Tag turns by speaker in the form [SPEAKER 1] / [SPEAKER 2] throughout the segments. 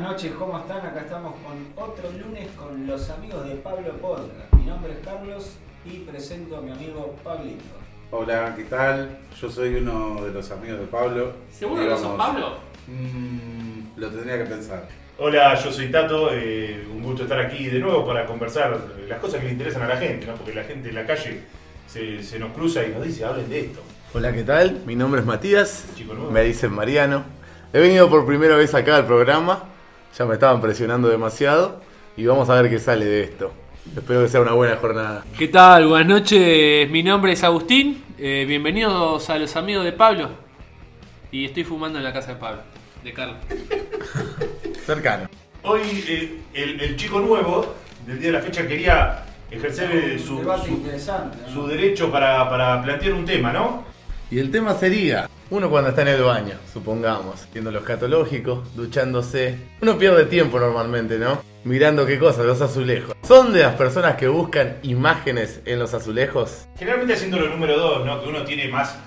[SPEAKER 1] noches, ¿cómo están? Acá estamos con otro lunes con los amigos de Pablo Podcast. Mi nombre es Carlos y presento a mi amigo Pablito.
[SPEAKER 2] Hola, ¿qué tal? Yo soy uno de los amigos de Pablo.
[SPEAKER 3] ¿Seguro que no son
[SPEAKER 2] Digamos,
[SPEAKER 3] Pablo?
[SPEAKER 2] mm, lo tendría que pensar.
[SPEAKER 4] Hola, yo soy Tato, eh, un gusto estar aquí de nuevo para conversar las cosas que le interesan a la gente, ¿no? porque la gente en la calle se, se nos cruza y nos dice, hablen de esto.
[SPEAKER 5] Hola, ¿qué tal? Mi nombre es Matías.
[SPEAKER 4] Chico nuevo.
[SPEAKER 5] Me dicen Mariano. He venido por primera vez acá al programa. Ya me estaban presionando demasiado. Y vamos a ver qué sale de esto. Espero que sea una buena jornada.
[SPEAKER 3] ¿Qué tal? Buenas noches, mi nombre es Agustín. Eh, bienvenidos a los amigos de Pablo. Y estoy fumando en la casa de Pablo, de Carlos.
[SPEAKER 5] Cercano.
[SPEAKER 4] Hoy eh, el, el chico nuevo del día de la fecha quería ejercer eh, su,
[SPEAKER 1] un debate
[SPEAKER 4] su,
[SPEAKER 1] interesante. ¿no?
[SPEAKER 4] su derecho para, para plantear un tema, ¿no?
[SPEAKER 5] Y el tema sería, uno cuando está en el baño, supongamos, viendo los catológicos, duchándose, uno pierde tiempo normalmente, ¿no? Mirando qué cosas, los azulejos. ¿Son de las personas que buscan imágenes en los azulejos?
[SPEAKER 4] Generalmente haciendo lo número dos, ¿no? que uno tiene más...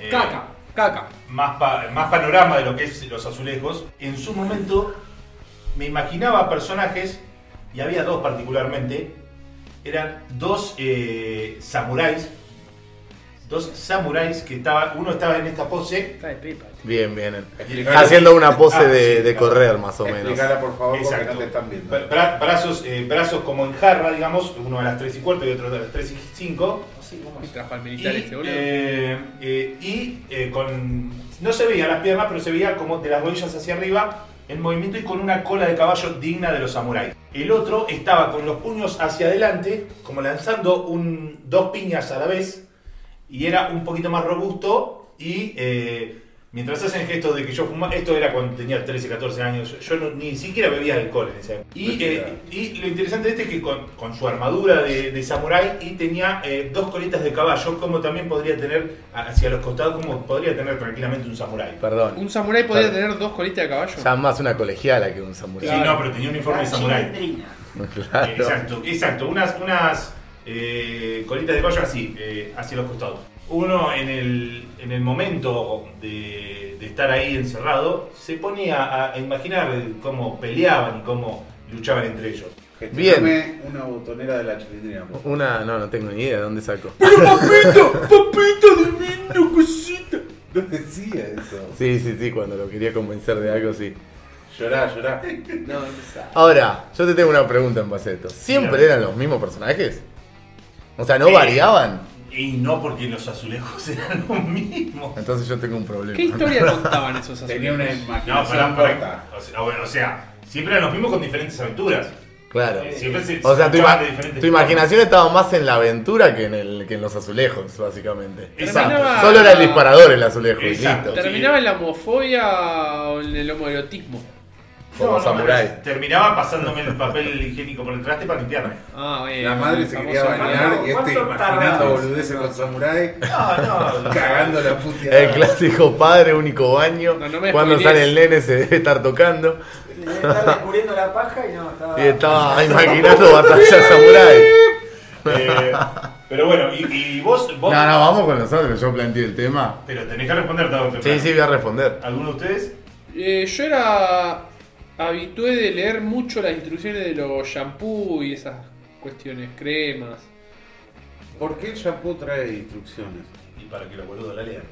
[SPEAKER 4] eh,
[SPEAKER 3] Caca, caca.
[SPEAKER 4] más, pa- más panorama de lo que es los azulejos. En su momento me imaginaba personajes, y había dos particularmente, eran dos eh, samuráis, dos samuráis que estaba, uno estaba en esta pose,
[SPEAKER 3] Está de pipa.
[SPEAKER 5] Bien, bien.
[SPEAKER 2] Explicala-
[SPEAKER 5] Haciendo una pose
[SPEAKER 4] Ah,
[SPEAKER 5] de,
[SPEAKER 4] sí,
[SPEAKER 5] de
[SPEAKER 4] claro.
[SPEAKER 5] correr, más o menos.
[SPEAKER 2] Explicala, por favor, porque
[SPEAKER 4] Exacto.
[SPEAKER 2] no te están viendo.
[SPEAKER 4] Bra- bra- brazos, eh, brazos como en jarra, digamos, uno a las 3 y cuarto y otro a las 3 y 5.
[SPEAKER 1] Así como es.
[SPEAKER 3] Trajo al
[SPEAKER 4] Y,
[SPEAKER 3] militar este, boludo.
[SPEAKER 4] eh, eh, y eh, con. No se veían las piernas, pero se veía como de las rodillas hacia arriba el movimiento y con una cola de caballo digna de los samuráis. El otro estaba con los puños hacia adelante, como lanzando un, dos piñas a la vez, y era un poquito más robusto. Y eh, mientras hacen gestos de que yo fumaba, esto era cuando tenía 13, 14 años, yo no- ni siquiera bebía alcohol en esa época. Y, eh, y lo interesante de este es que con, con su armadura de, de samurái y tenía eh, dos colitas de caballo, como también podría tener hacia los costados, como podría tener tranquilamente un samurái.
[SPEAKER 5] Perdón.
[SPEAKER 6] Un samurái podría
[SPEAKER 5] Claro.
[SPEAKER 6] tener dos colitas de caballo.
[SPEAKER 5] Ya más una colegiala que un samurái.
[SPEAKER 4] Sí, no, pero tenía un uniforme de
[SPEAKER 1] La
[SPEAKER 4] samurái. Eh,
[SPEAKER 1] chilindrina.
[SPEAKER 5] Claro.
[SPEAKER 4] Exacto, exacto. Unas, unas eh, colitas de caballo así, eh, hacia los costados. Uno en el, en el momento de, de estar ahí encerrado, se pone a, a imaginar cómo peleaban y cómo luchaban entre ellos.
[SPEAKER 2] Gestioname una botonera de la chilindrina. por favor.
[SPEAKER 5] Una, no, no tengo ni idea de dónde sacó.
[SPEAKER 6] ¡Papito! ¡Papito divino, cosita!
[SPEAKER 2] No decía eso.
[SPEAKER 5] Sí, sí, sí, cuando lo quería convencer de algo, sí.
[SPEAKER 2] Llorá, llorá.
[SPEAKER 6] No, no sabe.
[SPEAKER 5] Ahora, yo te tengo una pregunta en base a esto. ¿Siempre
[SPEAKER 4] Dígame.
[SPEAKER 5] eran los mismos personajes? O sea, ¿no
[SPEAKER 4] Eh.
[SPEAKER 5] variaban?
[SPEAKER 4] Y no porque los azulejos eran los mismos.
[SPEAKER 5] Entonces yo tengo un problema.
[SPEAKER 6] ¿Qué historia contaban esos
[SPEAKER 2] Tenía una
[SPEAKER 6] azulejos?
[SPEAKER 4] No,
[SPEAKER 2] imaginación
[SPEAKER 4] pará, pará.
[SPEAKER 2] corta.
[SPEAKER 4] O sea, bueno, o sea, siempre eran los mismos con diferentes aventuras.
[SPEAKER 5] Claro.
[SPEAKER 4] Eh, siempre se-
[SPEAKER 5] O sea,
[SPEAKER 4] se
[SPEAKER 5] tu,
[SPEAKER 4] luchaban
[SPEAKER 5] ima-
[SPEAKER 4] de diferentes
[SPEAKER 5] tu imaginación estaba más en la aventura que en, el, que en los azulejos, básicamente.
[SPEAKER 4] Exacto.
[SPEAKER 6] Terminaba-
[SPEAKER 5] Solo era el disparador el azulejo y
[SPEAKER 4] Exacto.
[SPEAKER 5] listo.
[SPEAKER 6] ¿Terminaba en la homofobia o en el homoerotismo?
[SPEAKER 5] Como samurái.
[SPEAKER 4] pero Terminaba pasándome el papel higiénico por el traste para limpiarme.
[SPEAKER 6] Ah, eh,
[SPEAKER 2] La madre
[SPEAKER 6] el
[SPEAKER 2] se
[SPEAKER 6] famoso
[SPEAKER 2] quería bañar
[SPEAKER 1] hermano.
[SPEAKER 2] y este
[SPEAKER 1] ¿Cuánto
[SPEAKER 2] imaginando
[SPEAKER 1] tardabas?
[SPEAKER 2] boludeces con samurái,
[SPEAKER 4] No, no.
[SPEAKER 2] cagando la
[SPEAKER 5] El
[SPEAKER 2] puteada.
[SPEAKER 5] clásico padre, único baño.
[SPEAKER 6] No, no me
[SPEAKER 5] Cuando
[SPEAKER 6] spoilees.
[SPEAKER 5] sale el nene se debe estar tocando.
[SPEAKER 1] Le está descubriendo la paja y no, estaba.
[SPEAKER 5] Y estaba imaginando batalla samurái.
[SPEAKER 4] Eh, pero bueno, y, y vos,
[SPEAKER 5] No, no,
[SPEAKER 4] vos
[SPEAKER 5] vamos con nosotros. Yo planteé el tema.
[SPEAKER 4] pero tenés que responder tarde o
[SPEAKER 5] Sí,
[SPEAKER 4] temprano.
[SPEAKER 5] sí, voy a responder.
[SPEAKER 4] ¿Alguno de ustedes?
[SPEAKER 6] Eh, yo era habitué de leer mucho las instrucciones de los shampoo y esas cuestiones, cremas.
[SPEAKER 2] ¿Por qué el shampoo trae instrucciones?
[SPEAKER 4] Y para que los boludos la lean.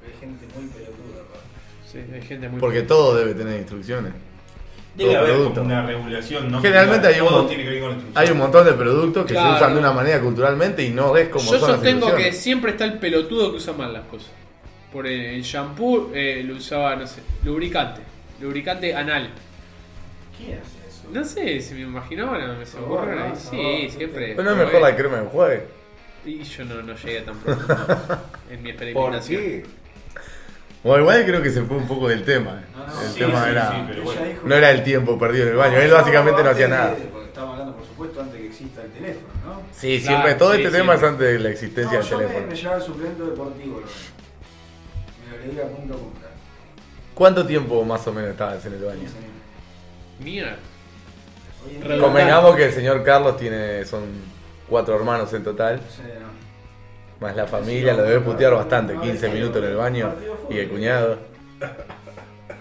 [SPEAKER 1] Porque hay gente muy pelotuda. pa.
[SPEAKER 6] Sí, hay gente muy...
[SPEAKER 5] Porque todo debe tener instrucciones.
[SPEAKER 4] Debe
[SPEAKER 5] Todo
[SPEAKER 4] haber como
[SPEAKER 5] producto.
[SPEAKER 4] una regulación, ¿no?
[SPEAKER 5] Generalmente hay un-
[SPEAKER 4] Todo tiene que ver con instrucciones.
[SPEAKER 5] Hay un montón de productos que se
[SPEAKER 6] Claro.
[SPEAKER 5] usan de una manera culturalmente y no es como
[SPEAKER 6] Yo
[SPEAKER 5] son las
[SPEAKER 6] sostengo que
[SPEAKER 5] instrucciones.
[SPEAKER 6] siempre está el pelotudo que usa mal las cosas. Por el, el shampoo eh, lo usaba, no sé, lubricante. Lubricante anal.
[SPEAKER 1] ¿Quién hace eso?
[SPEAKER 6] No sé, si me imaginaban, me se
[SPEAKER 1] Por vos,
[SPEAKER 6] ocurrieron ahí.
[SPEAKER 1] ¿no?
[SPEAKER 6] Sí,
[SPEAKER 1] Por vos.
[SPEAKER 6] siempre.
[SPEAKER 5] Pero no es mejor la crema de enjuague.
[SPEAKER 6] Y yo no, no llegué tan profundo en
[SPEAKER 2] ¿Por
[SPEAKER 6] mi experimentación.
[SPEAKER 2] qué?
[SPEAKER 5] O igual creo que se fue un poco del tema.
[SPEAKER 1] No, no,
[SPEAKER 5] el
[SPEAKER 4] sí,
[SPEAKER 5] tema
[SPEAKER 4] sí,
[SPEAKER 5] era.
[SPEAKER 4] sí, pero bueno.
[SPEAKER 1] Ella dijo
[SPEAKER 5] No era el tiempo perdido en el baño. Él
[SPEAKER 1] No,
[SPEAKER 5] básicamente no
[SPEAKER 1] antes
[SPEAKER 5] hacía
[SPEAKER 1] de-
[SPEAKER 5] nada.
[SPEAKER 1] Porque estamos hablando, por supuesto, antes que exista el teléfono, ¿no?
[SPEAKER 5] Sí,
[SPEAKER 6] Claro,
[SPEAKER 5] siempre. Todo
[SPEAKER 6] sí,
[SPEAKER 5] este
[SPEAKER 6] sí.
[SPEAKER 5] tema es antes de la
[SPEAKER 1] no,
[SPEAKER 5] existencia del
[SPEAKER 1] yo
[SPEAKER 5] teléfono.
[SPEAKER 1] Me, me llevaba el suplente deportivo, lo veo. Me lo leí a punto a punta.
[SPEAKER 5] ¿Cuánto tiempo más o menos estabas en el baño?
[SPEAKER 1] Hoy
[SPEAKER 6] Mira,
[SPEAKER 1] en
[SPEAKER 6] Re-
[SPEAKER 1] día-
[SPEAKER 5] Convengamos que el señor Carlos tiene. son cuatro hermanos en total.
[SPEAKER 1] No sé, no.
[SPEAKER 5] Más la familia, lo debe putear bastante, 15 minutos en el baño. Y el cuñado.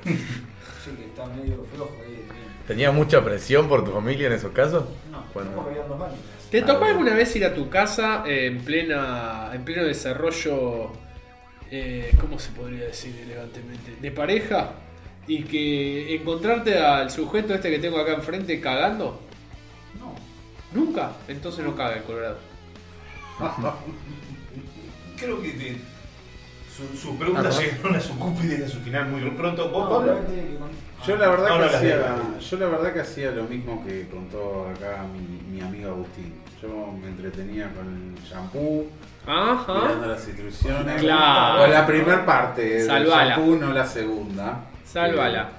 [SPEAKER 1] Sí, que está medio flojo ahí. de-
[SPEAKER 5] ¿Tenías mucha presión por tu familia en esos casos?
[SPEAKER 1] No,
[SPEAKER 5] Bueno.
[SPEAKER 1] tampoco habían dos máquinas.
[SPEAKER 6] ¿Te tocó
[SPEAKER 5] Ah.
[SPEAKER 6] alguna vez ir a tu casa eh, en plena en pleno desarrollo, eh, cómo se podría decir elegantemente, de pareja y que encontrarte al sujeto este que tengo acá enfrente cagando?
[SPEAKER 1] No.
[SPEAKER 6] Nunca. Entonces no caga el Colorado.
[SPEAKER 4] Creo que te- su, su pregunta llegó a una sucúpide desde su final muy pronto.
[SPEAKER 5] Ah,
[SPEAKER 4] ¿Vos,
[SPEAKER 1] No,
[SPEAKER 4] Pablo?
[SPEAKER 1] no tiene que con-
[SPEAKER 2] Yo la verdad
[SPEAKER 4] No, no,
[SPEAKER 2] que
[SPEAKER 4] las
[SPEAKER 2] hacía,
[SPEAKER 4] de-
[SPEAKER 2] yo la verdad que hacía lo mismo que contó acá mi, mi amigo Agustín. Yo me entretenía con el shampoo, mirando
[SPEAKER 6] Ajá.
[SPEAKER 2] las instrucciones.
[SPEAKER 6] ¿Ah? Claro.
[SPEAKER 2] Con la primera parte
[SPEAKER 6] Salvala.
[SPEAKER 2] del shampoo, no la segunda.
[SPEAKER 6] Salvala.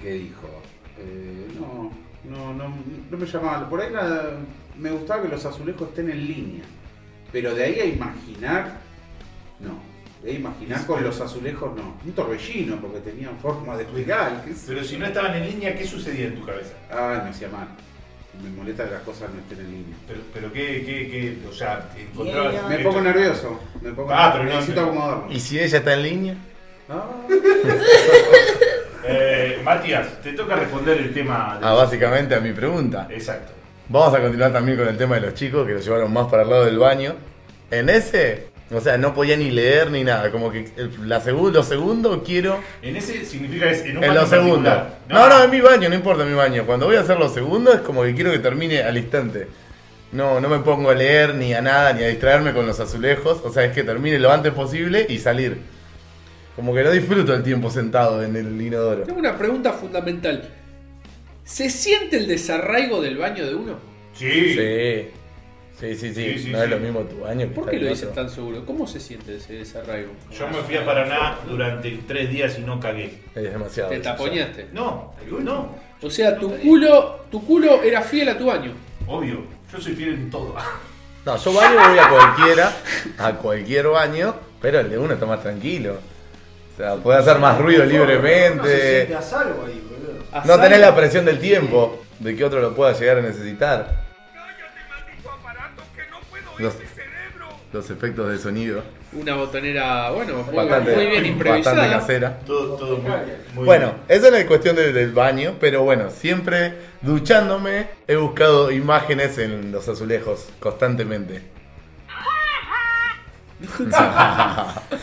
[SPEAKER 2] Que, que dijo, eh, no, no, no, no me llamaba. Por ahí la- me gustaba que los azulejos estén en línea. Pero de ahí a imaginar, no. De ahí a imaginar con los azulejos, no. Un torbellino, porque tenían forma de espiral. qué sé
[SPEAKER 4] Pero
[SPEAKER 2] yo.
[SPEAKER 4] si no estaban en línea, ¿qué sucedía en tu cabeza?
[SPEAKER 2] Ay, me hacía mal. Me molesta que las cosas no estén en línea.
[SPEAKER 4] Pero, pero qué, qué, qué, o sea, te encontrabas.
[SPEAKER 1] Bien,
[SPEAKER 2] Me pongo nervioso. Me pongo
[SPEAKER 4] Ah, pero no,
[SPEAKER 2] necesito
[SPEAKER 4] no.
[SPEAKER 2] acomodarme.
[SPEAKER 5] ¿Y si ella está en línea?
[SPEAKER 2] Ah,
[SPEAKER 4] Eh, Matías, te toca responder el tema. de-
[SPEAKER 5] Ah, básicamente a mi pregunta.
[SPEAKER 4] Exacto.
[SPEAKER 5] Vamos a continuar también con el tema de los chicos que los llevaron más para el lado del baño. En ese, o sea, no podía ni leer ni nada. Como que el- la segun- lo segundo quiero
[SPEAKER 4] En ese significa que es en un
[SPEAKER 5] en
[SPEAKER 4] baño
[SPEAKER 5] lo segundo.
[SPEAKER 4] particular.
[SPEAKER 5] No, no, en mi baño, no importa mi baño. Cuando voy a hacer lo segundo es como que quiero que termine al instante. No, no me pongo a leer ni a nada, ni a distraerme con los azulejos. O sea, es que termine lo antes posible y salir. Como que no disfruto el tiempo sentado en el inodoro.
[SPEAKER 6] Tengo una pregunta fundamental. ¿Se siente el desarraigo del baño de uno?
[SPEAKER 4] Sí.
[SPEAKER 5] Sí. Sí, sí, sí.
[SPEAKER 4] Sí, sí,
[SPEAKER 5] no
[SPEAKER 4] sí.
[SPEAKER 5] es lo mismo tu baño que
[SPEAKER 6] ¿Por
[SPEAKER 5] estar
[SPEAKER 6] qué lo
[SPEAKER 5] en
[SPEAKER 6] dices
[SPEAKER 5] otro.
[SPEAKER 6] tan seguro? ¿Cómo se siente ese desarraigo?
[SPEAKER 4] Yo me fui a Paraná durante tres días y no cagué.
[SPEAKER 5] Es demasiado.
[SPEAKER 6] Te
[SPEAKER 5] eso ya.
[SPEAKER 6] tapoñaste.
[SPEAKER 4] No, no,
[SPEAKER 6] O sea, tu culo, tu culo era fiel a tu baño.
[SPEAKER 4] obvio. Yo soy fiel en todo.
[SPEAKER 5] No, yo baño voy a cualquiera, a cualquier baño, pero el de uno está más tranquilo. O sea, puede hacer más ruido
[SPEAKER 1] Uno se siente
[SPEAKER 5] libremente.
[SPEAKER 1] a salvo ahí, boludo.
[SPEAKER 5] No
[SPEAKER 6] Asal-
[SPEAKER 5] tenés la presión del tiempo, de que otro lo pueda llegar a necesitar. Los, los efectos de sonido.
[SPEAKER 6] Una botonera, bueno, muy,
[SPEAKER 5] Bastante,
[SPEAKER 6] muy bien improvisada.
[SPEAKER 5] bastante casera.
[SPEAKER 4] Todo, todo muy, muy
[SPEAKER 5] Bueno, esa es la cuestión de- del baño, pero bueno, siempre duchándome he buscado imágenes en los azulejos constantemente.
[SPEAKER 4] bien.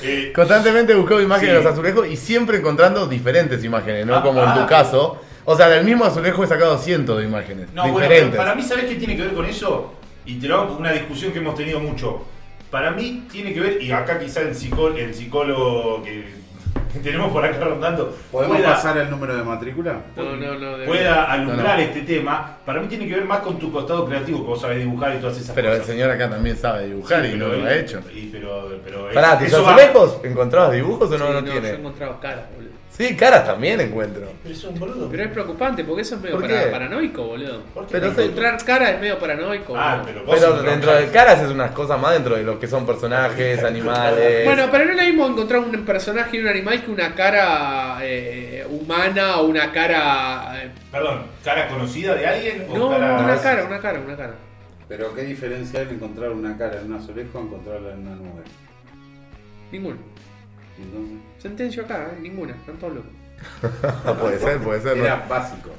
[SPEAKER 4] Eh,
[SPEAKER 5] Constantemente he buscado imágenes
[SPEAKER 4] Sí.
[SPEAKER 5] de los azulejos y siempre encontrando diferentes imágenes, no
[SPEAKER 4] Ah,
[SPEAKER 5] como en tu
[SPEAKER 4] ah.
[SPEAKER 5] caso. O sea, del mismo azulejo he sacado cientos de imágenes
[SPEAKER 4] no, bueno,
[SPEAKER 5] diferentes.
[SPEAKER 4] para mí, ¿sabes qué tiene que ver con eso? Y te lo hago por una discusión que hemos tenido mucho. Para mí tiene que ver, y acá quizá el, psicó- el psicólogo que que tenemos por acá rondando
[SPEAKER 2] ¿Podemos
[SPEAKER 4] pueda-
[SPEAKER 2] pasar al número de matrícula?
[SPEAKER 6] No, no, no. de-
[SPEAKER 4] pueda alumbrar
[SPEAKER 5] No, no.
[SPEAKER 4] este tema, para mí tiene que ver más con tu costado creativo, que vos sabés dibujar y todas esas
[SPEAKER 5] Pero el
[SPEAKER 4] cosas.
[SPEAKER 5] señor acá también sabe dibujar
[SPEAKER 4] Sí,
[SPEAKER 5] y no
[SPEAKER 4] pero
[SPEAKER 5] lo
[SPEAKER 4] él-
[SPEAKER 5] ha hecho.
[SPEAKER 4] y pero, pero
[SPEAKER 5] Pará,
[SPEAKER 4] eso-
[SPEAKER 5] ¿tus
[SPEAKER 4] eso va-
[SPEAKER 5] azulejos encontrabas dibujos o no,
[SPEAKER 6] Sí,
[SPEAKER 5] no,
[SPEAKER 6] Yo he
[SPEAKER 5] tiene?
[SPEAKER 6] encontrado caras, boludo.
[SPEAKER 5] Sí, caras también encuentro.
[SPEAKER 4] Pero es un boludo.
[SPEAKER 6] Pero es preocupante porque eso es medio
[SPEAKER 5] ¿Por
[SPEAKER 6] para-
[SPEAKER 5] qué?
[SPEAKER 6] paranoico, boludo.
[SPEAKER 4] ¿Por qué
[SPEAKER 5] Pero
[SPEAKER 4] no?
[SPEAKER 5] soy-
[SPEAKER 6] Encontrar cara es medio paranoico.
[SPEAKER 4] Ah,
[SPEAKER 6] boludo.
[SPEAKER 4] pero vos
[SPEAKER 5] Pero
[SPEAKER 4] encontrás-
[SPEAKER 5] dentro de caras es unas cosas más dentro de lo que son personajes, animales.
[SPEAKER 6] Bueno, pero no es lo mismo encontrar un personaje y un animal que una cara eh, humana o una cara. eh,
[SPEAKER 4] Perdón, ¿cara conocida de alguien? o
[SPEAKER 6] no,
[SPEAKER 4] cara-
[SPEAKER 6] una cara, una cara, una cara.
[SPEAKER 2] Pero qué diferencia hay en encontrar una cara en un azulejo o encontrarla en una nube.
[SPEAKER 6] Ninguno.
[SPEAKER 2] Entonces,
[SPEAKER 6] Sentencio acá, eh, ninguna, están todos locos.
[SPEAKER 5] puede ser, puede ser. ¿no?
[SPEAKER 2] era básico.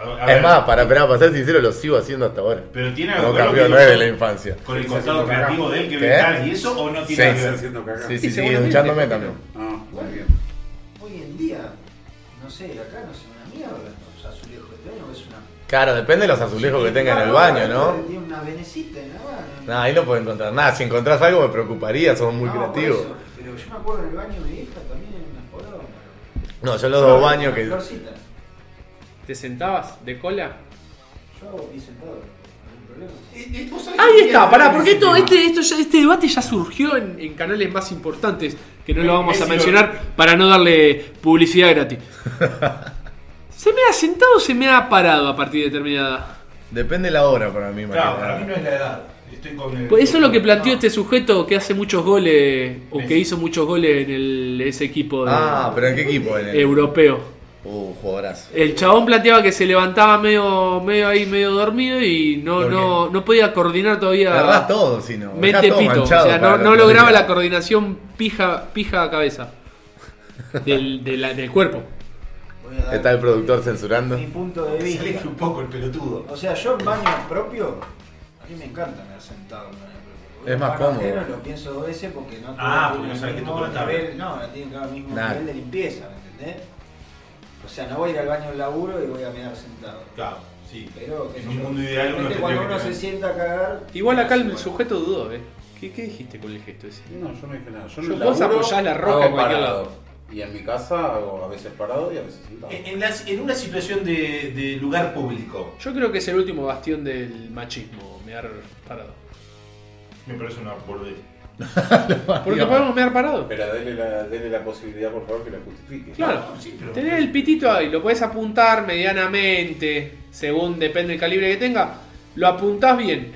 [SPEAKER 4] A- a ver,
[SPEAKER 5] Es más, para, esperá, para ser sincero, lo sigo haciendo hasta ahora.
[SPEAKER 4] Pero tiene algo
[SPEAKER 5] No
[SPEAKER 4] que ver
[SPEAKER 5] cambió,
[SPEAKER 4] con-
[SPEAKER 5] no es de la infancia.
[SPEAKER 4] con el
[SPEAKER 2] Sí,
[SPEAKER 4] costado
[SPEAKER 2] sí, sí,
[SPEAKER 4] creativo
[SPEAKER 2] sí.
[SPEAKER 4] de él que
[SPEAKER 5] ¿Qué?
[SPEAKER 4] ve caras y eso o no tiene
[SPEAKER 5] Sí,
[SPEAKER 4] nada que
[SPEAKER 2] Está
[SPEAKER 4] ver?
[SPEAKER 2] haciendo cagar.
[SPEAKER 5] Sí,
[SPEAKER 6] Sí,
[SPEAKER 5] sí, sí,
[SPEAKER 6] seguramente,
[SPEAKER 5] duchándome
[SPEAKER 6] ¿por qué
[SPEAKER 5] también.
[SPEAKER 2] Ah, muy bien.
[SPEAKER 1] Hoy en día, no sé, acá no es una mierda los azulejos. Este año es una.
[SPEAKER 5] Claro, depende de los azulejos que tenga en el baño, ¿no?
[SPEAKER 1] Tiene una venecita en la mano.
[SPEAKER 5] No, ahí no puedo encontrar nada. Si encontrás algo me preocuparía, somos muy
[SPEAKER 1] No, por
[SPEAKER 5] creativos.
[SPEAKER 1] eso. Pero yo me acuerdo del baño de mi hija también en una poronga.
[SPEAKER 5] No, yo los dos baños
[SPEAKER 1] Una
[SPEAKER 5] que.
[SPEAKER 1] Florcita.
[SPEAKER 6] ¿Te sentabas de cola?
[SPEAKER 1] Yo hago pis sentado, no hay problema.
[SPEAKER 4] Y- y vos sabés
[SPEAKER 6] Ahí
[SPEAKER 4] que
[SPEAKER 6] está,
[SPEAKER 4] tiene-
[SPEAKER 6] pará, porque esto, este, esto ya- este debate ya surgió en, en canales más importantes que no lo vamos a
[SPEAKER 4] Messi
[SPEAKER 3] lo-
[SPEAKER 6] mencionar para no darle publicidad gratis. ¿Se me ha sentado o se me ha parado a partir de determinada?
[SPEAKER 5] Depende la hora para mí, más
[SPEAKER 4] Claro,
[SPEAKER 5] que
[SPEAKER 4] para mí
[SPEAKER 5] nada.
[SPEAKER 4] no es la edad. Estoy con el-
[SPEAKER 3] Pues eso es lo que planteó este sujeto que hace muchos goles o que
[SPEAKER 4] Messi.
[SPEAKER 3] hizo muchos goles en el- ese equipo de-
[SPEAKER 5] Ah, pero ¿en qué equipo? En el...
[SPEAKER 3] europeo.
[SPEAKER 5] Uh, jugadorazo.
[SPEAKER 3] El chabón planteaba que se levantaba medio, medio ahí, medio dormido y no,
[SPEAKER 5] ¿Por qué?
[SPEAKER 3] no, no podía coordinar todavía.
[SPEAKER 5] Errás todo, si no. Dejás
[SPEAKER 3] Mente
[SPEAKER 5] todo
[SPEAKER 3] pito. O
[SPEAKER 5] manchado
[SPEAKER 3] sea,
[SPEAKER 5] para
[SPEAKER 3] no,
[SPEAKER 5] la
[SPEAKER 3] no lograba
[SPEAKER 5] comida.
[SPEAKER 3] la coordinación pija, pija a cabeza del, de la- del cuerpo.
[SPEAKER 1] voy a dar
[SPEAKER 5] Está el productor censurando.
[SPEAKER 1] mi punto de
[SPEAKER 4] Se
[SPEAKER 1] vista.
[SPEAKER 4] aleje un poco el pelotudo.
[SPEAKER 1] O sea, yo en baño propio, a mí me encanta andar sentado en baño propio. Voy
[SPEAKER 5] Es
[SPEAKER 1] a
[SPEAKER 5] más
[SPEAKER 1] un
[SPEAKER 5] cómodo.
[SPEAKER 1] barrendero, Lo pienso dos veces porque no
[SPEAKER 4] Ah,
[SPEAKER 1] todos
[SPEAKER 4] porque no
[SPEAKER 1] tienen
[SPEAKER 4] sabes
[SPEAKER 1] el
[SPEAKER 4] qué
[SPEAKER 1] mismo
[SPEAKER 4] tocó la
[SPEAKER 1] nivel- No, no tienen cada mismo
[SPEAKER 5] Nada.
[SPEAKER 1] nivel de limpieza, ¿me entendés? O sea, no voy a ir al baño al laburo y voy a mirar sentado.
[SPEAKER 4] Claro, sí.
[SPEAKER 1] Pero que
[SPEAKER 4] En un mundo ideal uno tendría
[SPEAKER 1] cuando
[SPEAKER 4] que
[SPEAKER 1] uno se
[SPEAKER 4] tener-
[SPEAKER 1] sienta a cagar.
[SPEAKER 6] Igual acá el
[SPEAKER 1] Bueno.
[SPEAKER 6] sujeto dudó, ¿eh? ¿Qué, qué dijiste con el gesto ese?
[SPEAKER 2] No, yo no dije nada. Yo,
[SPEAKER 6] Yo-
[SPEAKER 2] no
[SPEAKER 6] vos apoyás la roca en cualquier lado. Eh,
[SPEAKER 2] Y en mi casa hago a veces parado y a veces sentado.
[SPEAKER 4] En, en las- en una situación de, de lugar público.
[SPEAKER 6] Yo creo que es el último bastión del machismo, mear parado.
[SPEAKER 4] Me parece una borde.
[SPEAKER 6] Porque podemos mear parado.
[SPEAKER 2] Pero dele la, dele la posibilidad, por favor, que la justifique.
[SPEAKER 6] eh. Claro.
[SPEAKER 4] Sí, pero-
[SPEAKER 6] Tenés el pitito ahí, lo podés apuntar medianamente, según depende del calibre que tenga. Lo apuntás bien.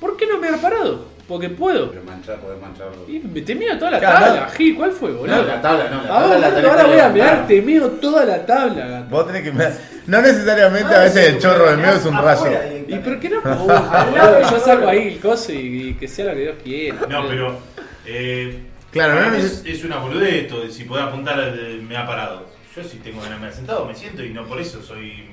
[SPEAKER 6] ¿Por qué no mear parado? Porque puedo.
[SPEAKER 2] Pero manchar, podés mancharlo.
[SPEAKER 6] Y me temía toda la
[SPEAKER 5] Claro,
[SPEAKER 6] tabla,
[SPEAKER 5] no.
[SPEAKER 6] Gil, ¿cuál fue, boludo?
[SPEAKER 2] No, la tabla, no, la tabla
[SPEAKER 6] Ah,
[SPEAKER 2] la
[SPEAKER 6] boludo,
[SPEAKER 2] tenés
[SPEAKER 6] ahora
[SPEAKER 2] que
[SPEAKER 6] voy a
[SPEAKER 2] levantar.
[SPEAKER 6] mear, te meo toda la tabla, gato.
[SPEAKER 5] Vos tenés que mear. No necesariamente a
[SPEAKER 1] Ah,
[SPEAKER 5] veces
[SPEAKER 1] sí,
[SPEAKER 5] el chorro de
[SPEAKER 1] porque
[SPEAKER 5] miedo es un
[SPEAKER 1] afuera
[SPEAKER 5] rayo.
[SPEAKER 6] ¿Y
[SPEAKER 1] directamente.
[SPEAKER 6] por qué no? Uh, boludo, yo saco ahí el coso y, y que sea lo que Dios quiera.
[SPEAKER 4] No,
[SPEAKER 6] boludo.
[SPEAKER 4] pero. eh,
[SPEAKER 5] Claro,
[SPEAKER 4] para
[SPEAKER 5] no
[SPEAKER 4] mí
[SPEAKER 5] neces-
[SPEAKER 4] es, es una boludez esto de si puedo apuntar, eh, me ha parado. Yo si tengo ganas de me ha sentado, me siento y no por eso soy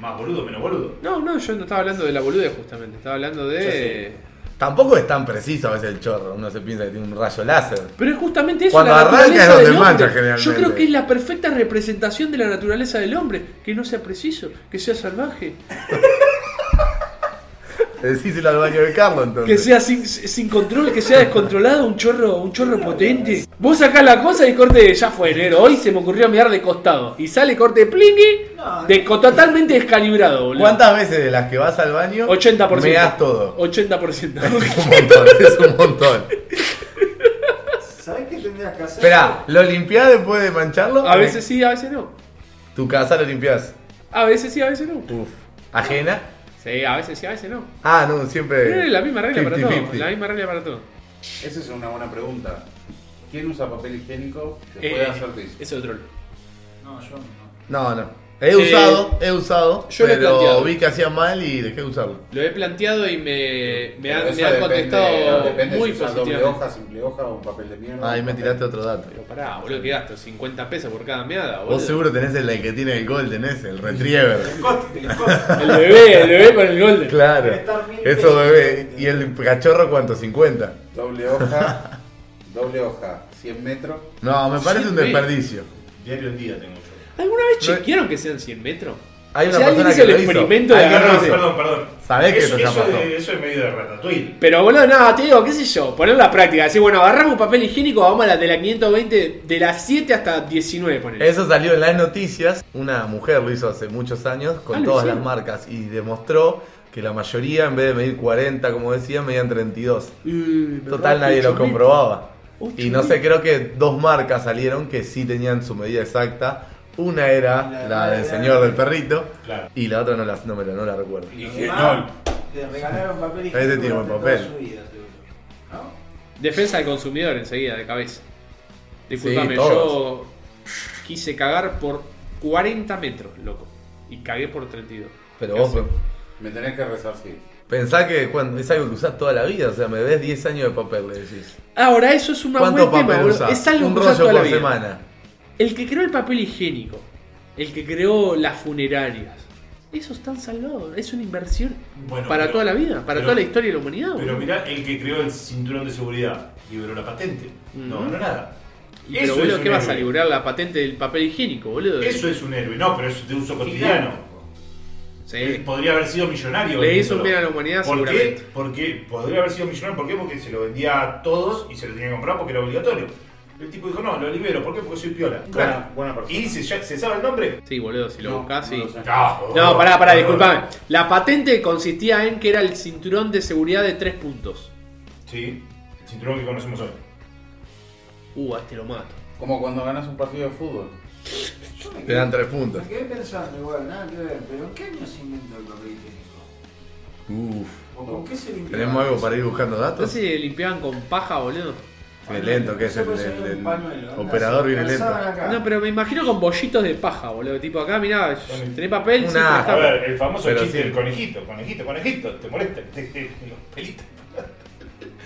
[SPEAKER 4] más boludo, menos boludo.
[SPEAKER 6] No, no, yo no estaba hablando de la boludez justamente, estaba hablando de...
[SPEAKER 5] Tampoco es tan preciso a veces el chorro. Uno se piensa que tiene un rayo láser.
[SPEAKER 6] Pero es justamente eso.
[SPEAKER 5] Cuando
[SPEAKER 6] la
[SPEAKER 5] arranca es
[SPEAKER 6] naturaleza
[SPEAKER 5] donde
[SPEAKER 6] del hombre.
[SPEAKER 5] mancha
[SPEAKER 6] Yo
[SPEAKER 5] generalmente.
[SPEAKER 6] creo que es la perfecta representación de la naturaleza del hombre. Que no sea preciso, que sea salvaje,
[SPEAKER 5] Decíselo al baño de Carlos entonces.
[SPEAKER 6] que sea sin, sin control, que sea descontrolado, un chorro, un chorro potente. Vos sacás la cosa y corte, ya fue enero, hoy se me ocurrió mirar de costado. Y sale corte plingui,
[SPEAKER 1] No,
[SPEAKER 6] de, co- totalmente descalibrado, boludo.
[SPEAKER 5] ¿Cuántas veces de las que vas al baño
[SPEAKER 6] 80%.
[SPEAKER 5] meás todo?
[SPEAKER 6] 80%.
[SPEAKER 5] Es un montón, es un montón.
[SPEAKER 1] ¿Sabés qué tendrías que hacer?
[SPEAKER 5] Espera, ¿lo limpiás después de mancharlo?
[SPEAKER 6] a veces sí, a veces no.
[SPEAKER 5] ¿Tu casa lo limpiás?
[SPEAKER 6] A veces sí, a veces no.
[SPEAKER 5] Uf. ¿Ajena?
[SPEAKER 6] Sí, a veces sí, a veces no.
[SPEAKER 5] Ah, no, siempre.
[SPEAKER 6] Pero es Eh, la misma regla para todo.
[SPEAKER 5] 50-50.
[SPEAKER 6] La misma regla para todo.
[SPEAKER 2] Esa es una buena pregunta. ¿Quién usa papel higiénico después
[SPEAKER 6] Eh,
[SPEAKER 2] de hacer pis?
[SPEAKER 6] Ese otro.
[SPEAKER 1] No, yo no.
[SPEAKER 5] No, no. He
[SPEAKER 6] Eh,
[SPEAKER 5] usado, he usado.
[SPEAKER 6] yo lo he
[SPEAKER 5] pero
[SPEAKER 6] planteado.
[SPEAKER 5] vi que hacía mal y dejé de usarlo.
[SPEAKER 6] Lo he planteado y me, me,
[SPEAKER 2] Pero
[SPEAKER 6] han,
[SPEAKER 2] eso
[SPEAKER 6] me han
[SPEAKER 2] depende-
[SPEAKER 6] contestado
[SPEAKER 2] depende
[SPEAKER 6] muy
[SPEAKER 2] si usas doble
[SPEAKER 6] positivamente.
[SPEAKER 2] hoja, simple hoja o papel de mierda.
[SPEAKER 5] Ahí me tiraste otro dato.
[SPEAKER 6] Pero pará, Ah, boludo, que gasto 50 pesos por cada meada, boludo.
[SPEAKER 5] Vos seguro tenés el like que tiene el Golden ese, el Retriever.
[SPEAKER 1] Scott, el Scott.
[SPEAKER 6] El bebé, el bebé con el golden.
[SPEAKER 5] Claro.
[SPEAKER 1] Debe estar mil
[SPEAKER 5] Eso
[SPEAKER 1] pesos.
[SPEAKER 5] bebé. ¿Y el cachorro cuánto? ¿50?
[SPEAKER 2] Doble hoja, doble hoja, 100 metros.
[SPEAKER 5] No, me parece un
[SPEAKER 6] Sí, sí.
[SPEAKER 5] desperdicio.
[SPEAKER 4] Diario el día tengo yo.
[SPEAKER 6] ¿Alguna vez
[SPEAKER 5] No-
[SPEAKER 6] chequearon que sean 100 metros?
[SPEAKER 5] Hay
[SPEAKER 6] O
[SPEAKER 5] una
[SPEAKER 6] sea, alguien
[SPEAKER 5] persona
[SPEAKER 6] hizo
[SPEAKER 5] que
[SPEAKER 6] el
[SPEAKER 5] lo hizo.
[SPEAKER 6] experimento de
[SPEAKER 5] Alguien
[SPEAKER 4] Ah,
[SPEAKER 5] lo
[SPEAKER 4] no,
[SPEAKER 5] hizo.
[SPEAKER 4] perdón, perdón.
[SPEAKER 5] Sabés que
[SPEAKER 4] eso,
[SPEAKER 5] esto ya
[SPEAKER 4] eso,
[SPEAKER 5] pasó.
[SPEAKER 4] de- eso es medio de ratatouille.
[SPEAKER 6] Pero boludo, no, te digo, qué sé yo, poner la práctica, decir, bueno, agarramos un papel higiénico, vamos a la de la 520, de las 7 hasta 19, ponele.
[SPEAKER 5] Eso salió en las noticias. Una mujer lo hizo hace muchos años con
[SPEAKER 6] Ah, lo
[SPEAKER 5] todas las
[SPEAKER 6] hicieron.
[SPEAKER 5] marcas y demostró que la mayoría, en vez de medir 40, como decía, medían 32. Total, nadie lo comprobaba.
[SPEAKER 6] Ocho
[SPEAKER 5] Y no sé, creo que dos marcas salieron que sí tenían su medida exacta. Una era
[SPEAKER 1] La-
[SPEAKER 5] la del
[SPEAKER 1] la-
[SPEAKER 5] señor del perrito
[SPEAKER 4] Claro.
[SPEAKER 5] y la otra no la, no me la, no la recuerdo.
[SPEAKER 1] Además, Te regalaron papel higiénico.
[SPEAKER 5] Ese tiene buen
[SPEAKER 1] durante
[SPEAKER 5] papel.
[SPEAKER 1] toda su vida, seguro. ¿No?
[SPEAKER 6] Defensa del consumidor enseguida, de cabeza. Disculpame,
[SPEAKER 5] Sí,
[SPEAKER 6] yo
[SPEAKER 5] todos.
[SPEAKER 6] quise cagar por 40 metros, loco. Y cagué por 32.
[SPEAKER 5] Pero
[SPEAKER 6] ¿Qué
[SPEAKER 5] vos
[SPEAKER 6] hace?
[SPEAKER 2] Me tenés que resarcir.
[SPEAKER 5] pensá que cuando, es algo que usás toda la vida, o sea, me ves 10 años de papel, le decís.
[SPEAKER 6] Ahora, eso es un buen
[SPEAKER 5] ¿Cuánto
[SPEAKER 6] tema,
[SPEAKER 5] papel
[SPEAKER 6] boludo.
[SPEAKER 5] usás?
[SPEAKER 6] Es algo
[SPEAKER 5] Un
[SPEAKER 6] que
[SPEAKER 5] rollo
[SPEAKER 6] usás toda la
[SPEAKER 5] por
[SPEAKER 6] vida.
[SPEAKER 5] semana.
[SPEAKER 6] El que creó el papel higiénico, el que creó las funerarias, eso están salvados. Es una inversión
[SPEAKER 4] Bueno,
[SPEAKER 6] para
[SPEAKER 4] pero-
[SPEAKER 6] toda la vida, para
[SPEAKER 4] pero-
[SPEAKER 6] toda la historia de la humanidad.
[SPEAKER 4] Pero
[SPEAKER 6] boludo.
[SPEAKER 4] mirá, el que creó el cinturón de seguridad liberó la patente. No,
[SPEAKER 6] Ujú.
[SPEAKER 4] no nada.
[SPEAKER 6] Y pero,
[SPEAKER 4] Eso
[SPEAKER 6] boludo,
[SPEAKER 4] es
[SPEAKER 6] ¿qué
[SPEAKER 4] un
[SPEAKER 6] vas a
[SPEAKER 4] héroe.
[SPEAKER 6] liberar la patente del papel higiénico, boludo?
[SPEAKER 4] Eso es un héroe, no, pero es de uso cotidiano. Él
[SPEAKER 6] Sí.
[SPEAKER 4] Podría haber sido millonario.
[SPEAKER 6] Le
[SPEAKER 4] vendiéndolo.
[SPEAKER 6] hizo un bien a la humanidad,
[SPEAKER 4] ¿Por
[SPEAKER 6] seguramente.
[SPEAKER 4] Qué? Porque podría haber sido millonario, ¿por qué? Porque se lo vendía a todos y se lo tenía que comprar porque era obligatorio. El tipo dijo, no, lo libero, ¿por qué? Porque soy piola.
[SPEAKER 2] Buena, buena persona.
[SPEAKER 4] ¿Y se, ya- se sabe el nombre?
[SPEAKER 6] Sí, boludo, si lo
[SPEAKER 2] No,
[SPEAKER 6] buscas,
[SPEAKER 2] no
[SPEAKER 6] sí.
[SPEAKER 2] lo sé.
[SPEAKER 4] No,
[SPEAKER 6] No, pará, pará, disculpame. La patente consistía en que era el cinturón de seguridad de tres puntos.
[SPEAKER 4] Sí, el cinturón que conocemos hoy.
[SPEAKER 6] Uh, a este lo mato.
[SPEAKER 2] Como cuando ganas un partido de fútbol.
[SPEAKER 1] Yo me
[SPEAKER 5] Te
[SPEAKER 1] quedé-
[SPEAKER 5] dan 3 puntos.
[SPEAKER 1] Me quedé pensando igual, nada que ver, pero ¿en qué año se inventó el papel higiénico?
[SPEAKER 5] Uf.
[SPEAKER 1] ¿O con qué se limpiaba?
[SPEAKER 5] ¿Tenemos algo para ir buscando datos?
[SPEAKER 6] Entonces limpiaban con paja, boludo.
[SPEAKER 5] Virulento, que es el, el- el operador
[SPEAKER 1] virulento.
[SPEAKER 5] virulento.
[SPEAKER 6] No, pero me imagino con bollitos de paja, boludo. Tipo, acá, mirá,
[SPEAKER 4] Dale.
[SPEAKER 6] tenés papel,
[SPEAKER 5] Una
[SPEAKER 6] sí, pero
[SPEAKER 5] aja.
[SPEAKER 4] A
[SPEAKER 6] está-
[SPEAKER 4] ver, el famoso
[SPEAKER 5] Pero
[SPEAKER 4] chiste
[SPEAKER 5] sí.
[SPEAKER 4] del conejito, conejito, conejito, te molesta, te, te- los pelitos.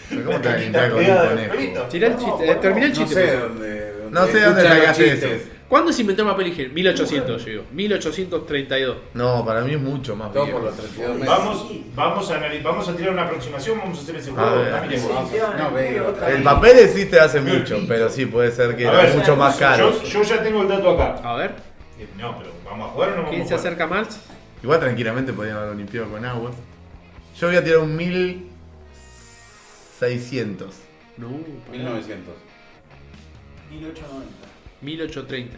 [SPEAKER 5] Pero ¿Cómo te
[SPEAKER 4] Te
[SPEAKER 5] vas a limpiar
[SPEAKER 4] quitan
[SPEAKER 5] con
[SPEAKER 4] pegada
[SPEAKER 5] un
[SPEAKER 4] de los
[SPEAKER 5] conejo?
[SPEAKER 4] pelitos.
[SPEAKER 6] Tirá el
[SPEAKER 1] No,
[SPEAKER 6] chiste, pues.
[SPEAKER 1] boludo,
[SPEAKER 6] terminá el
[SPEAKER 2] No
[SPEAKER 6] chiste.
[SPEAKER 2] sé
[SPEAKER 6] por favor.
[SPEAKER 2] dónde.
[SPEAKER 5] No sé dónde
[SPEAKER 2] escuchan los
[SPEAKER 5] sacaste
[SPEAKER 2] chistes.
[SPEAKER 5] eso.
[SPEAKER 6] ¿Cuándo se inventó el papel higiénico? 1800 llegó. 1832.
[SPEAKER 5] No, para mí es mucho más
[SPEAKER 2] Todo
[SPEAKER 5] viejo.
[SPEAKER 2] por los 32 meses.
[SPEAKER 4] Vamos, vamos, a, anali- vamos a tirar una aproximación, vamos a hacer ese juego.
[SPEAKER 5] A ver.
[SPEAKER 4] Dame que-
[SPEAKER 2] No, veo, otra
[SPEAKER 5] El
[SPEAKER 2] vez.
[SPEAKER 5] papel existe hace mucho, pero sí, puede ser que
[SPEAKER 4] A
[SPEAKER 5] era
[SPEAKER 4] ver,
[SPEAKER 5] mucho más caro.
[SPEAKER 4] Yo, yo ya tengo el dato acá.
[SPEAKER 6] A ver,
[SPEAKER 4] Eh, No, pero ¿vamos a jugar o no vamos
[SPEAKER 6] ¿quién
[SPEAKER 4] a
[SPEAKER 6] se
[SPEAKER 4] jugar?
[SPEAKER 6] acerca más?
[SPEAKER 5] Igual tranquilamente podían haberlo limpiado con agua. Yo voy a tirar un 1600.
[SPEAKER 6] No, pará.
[SPEAKER 2] 1900.
[SPEAKER 1] 1890.
[SPEAKER 6] 1830.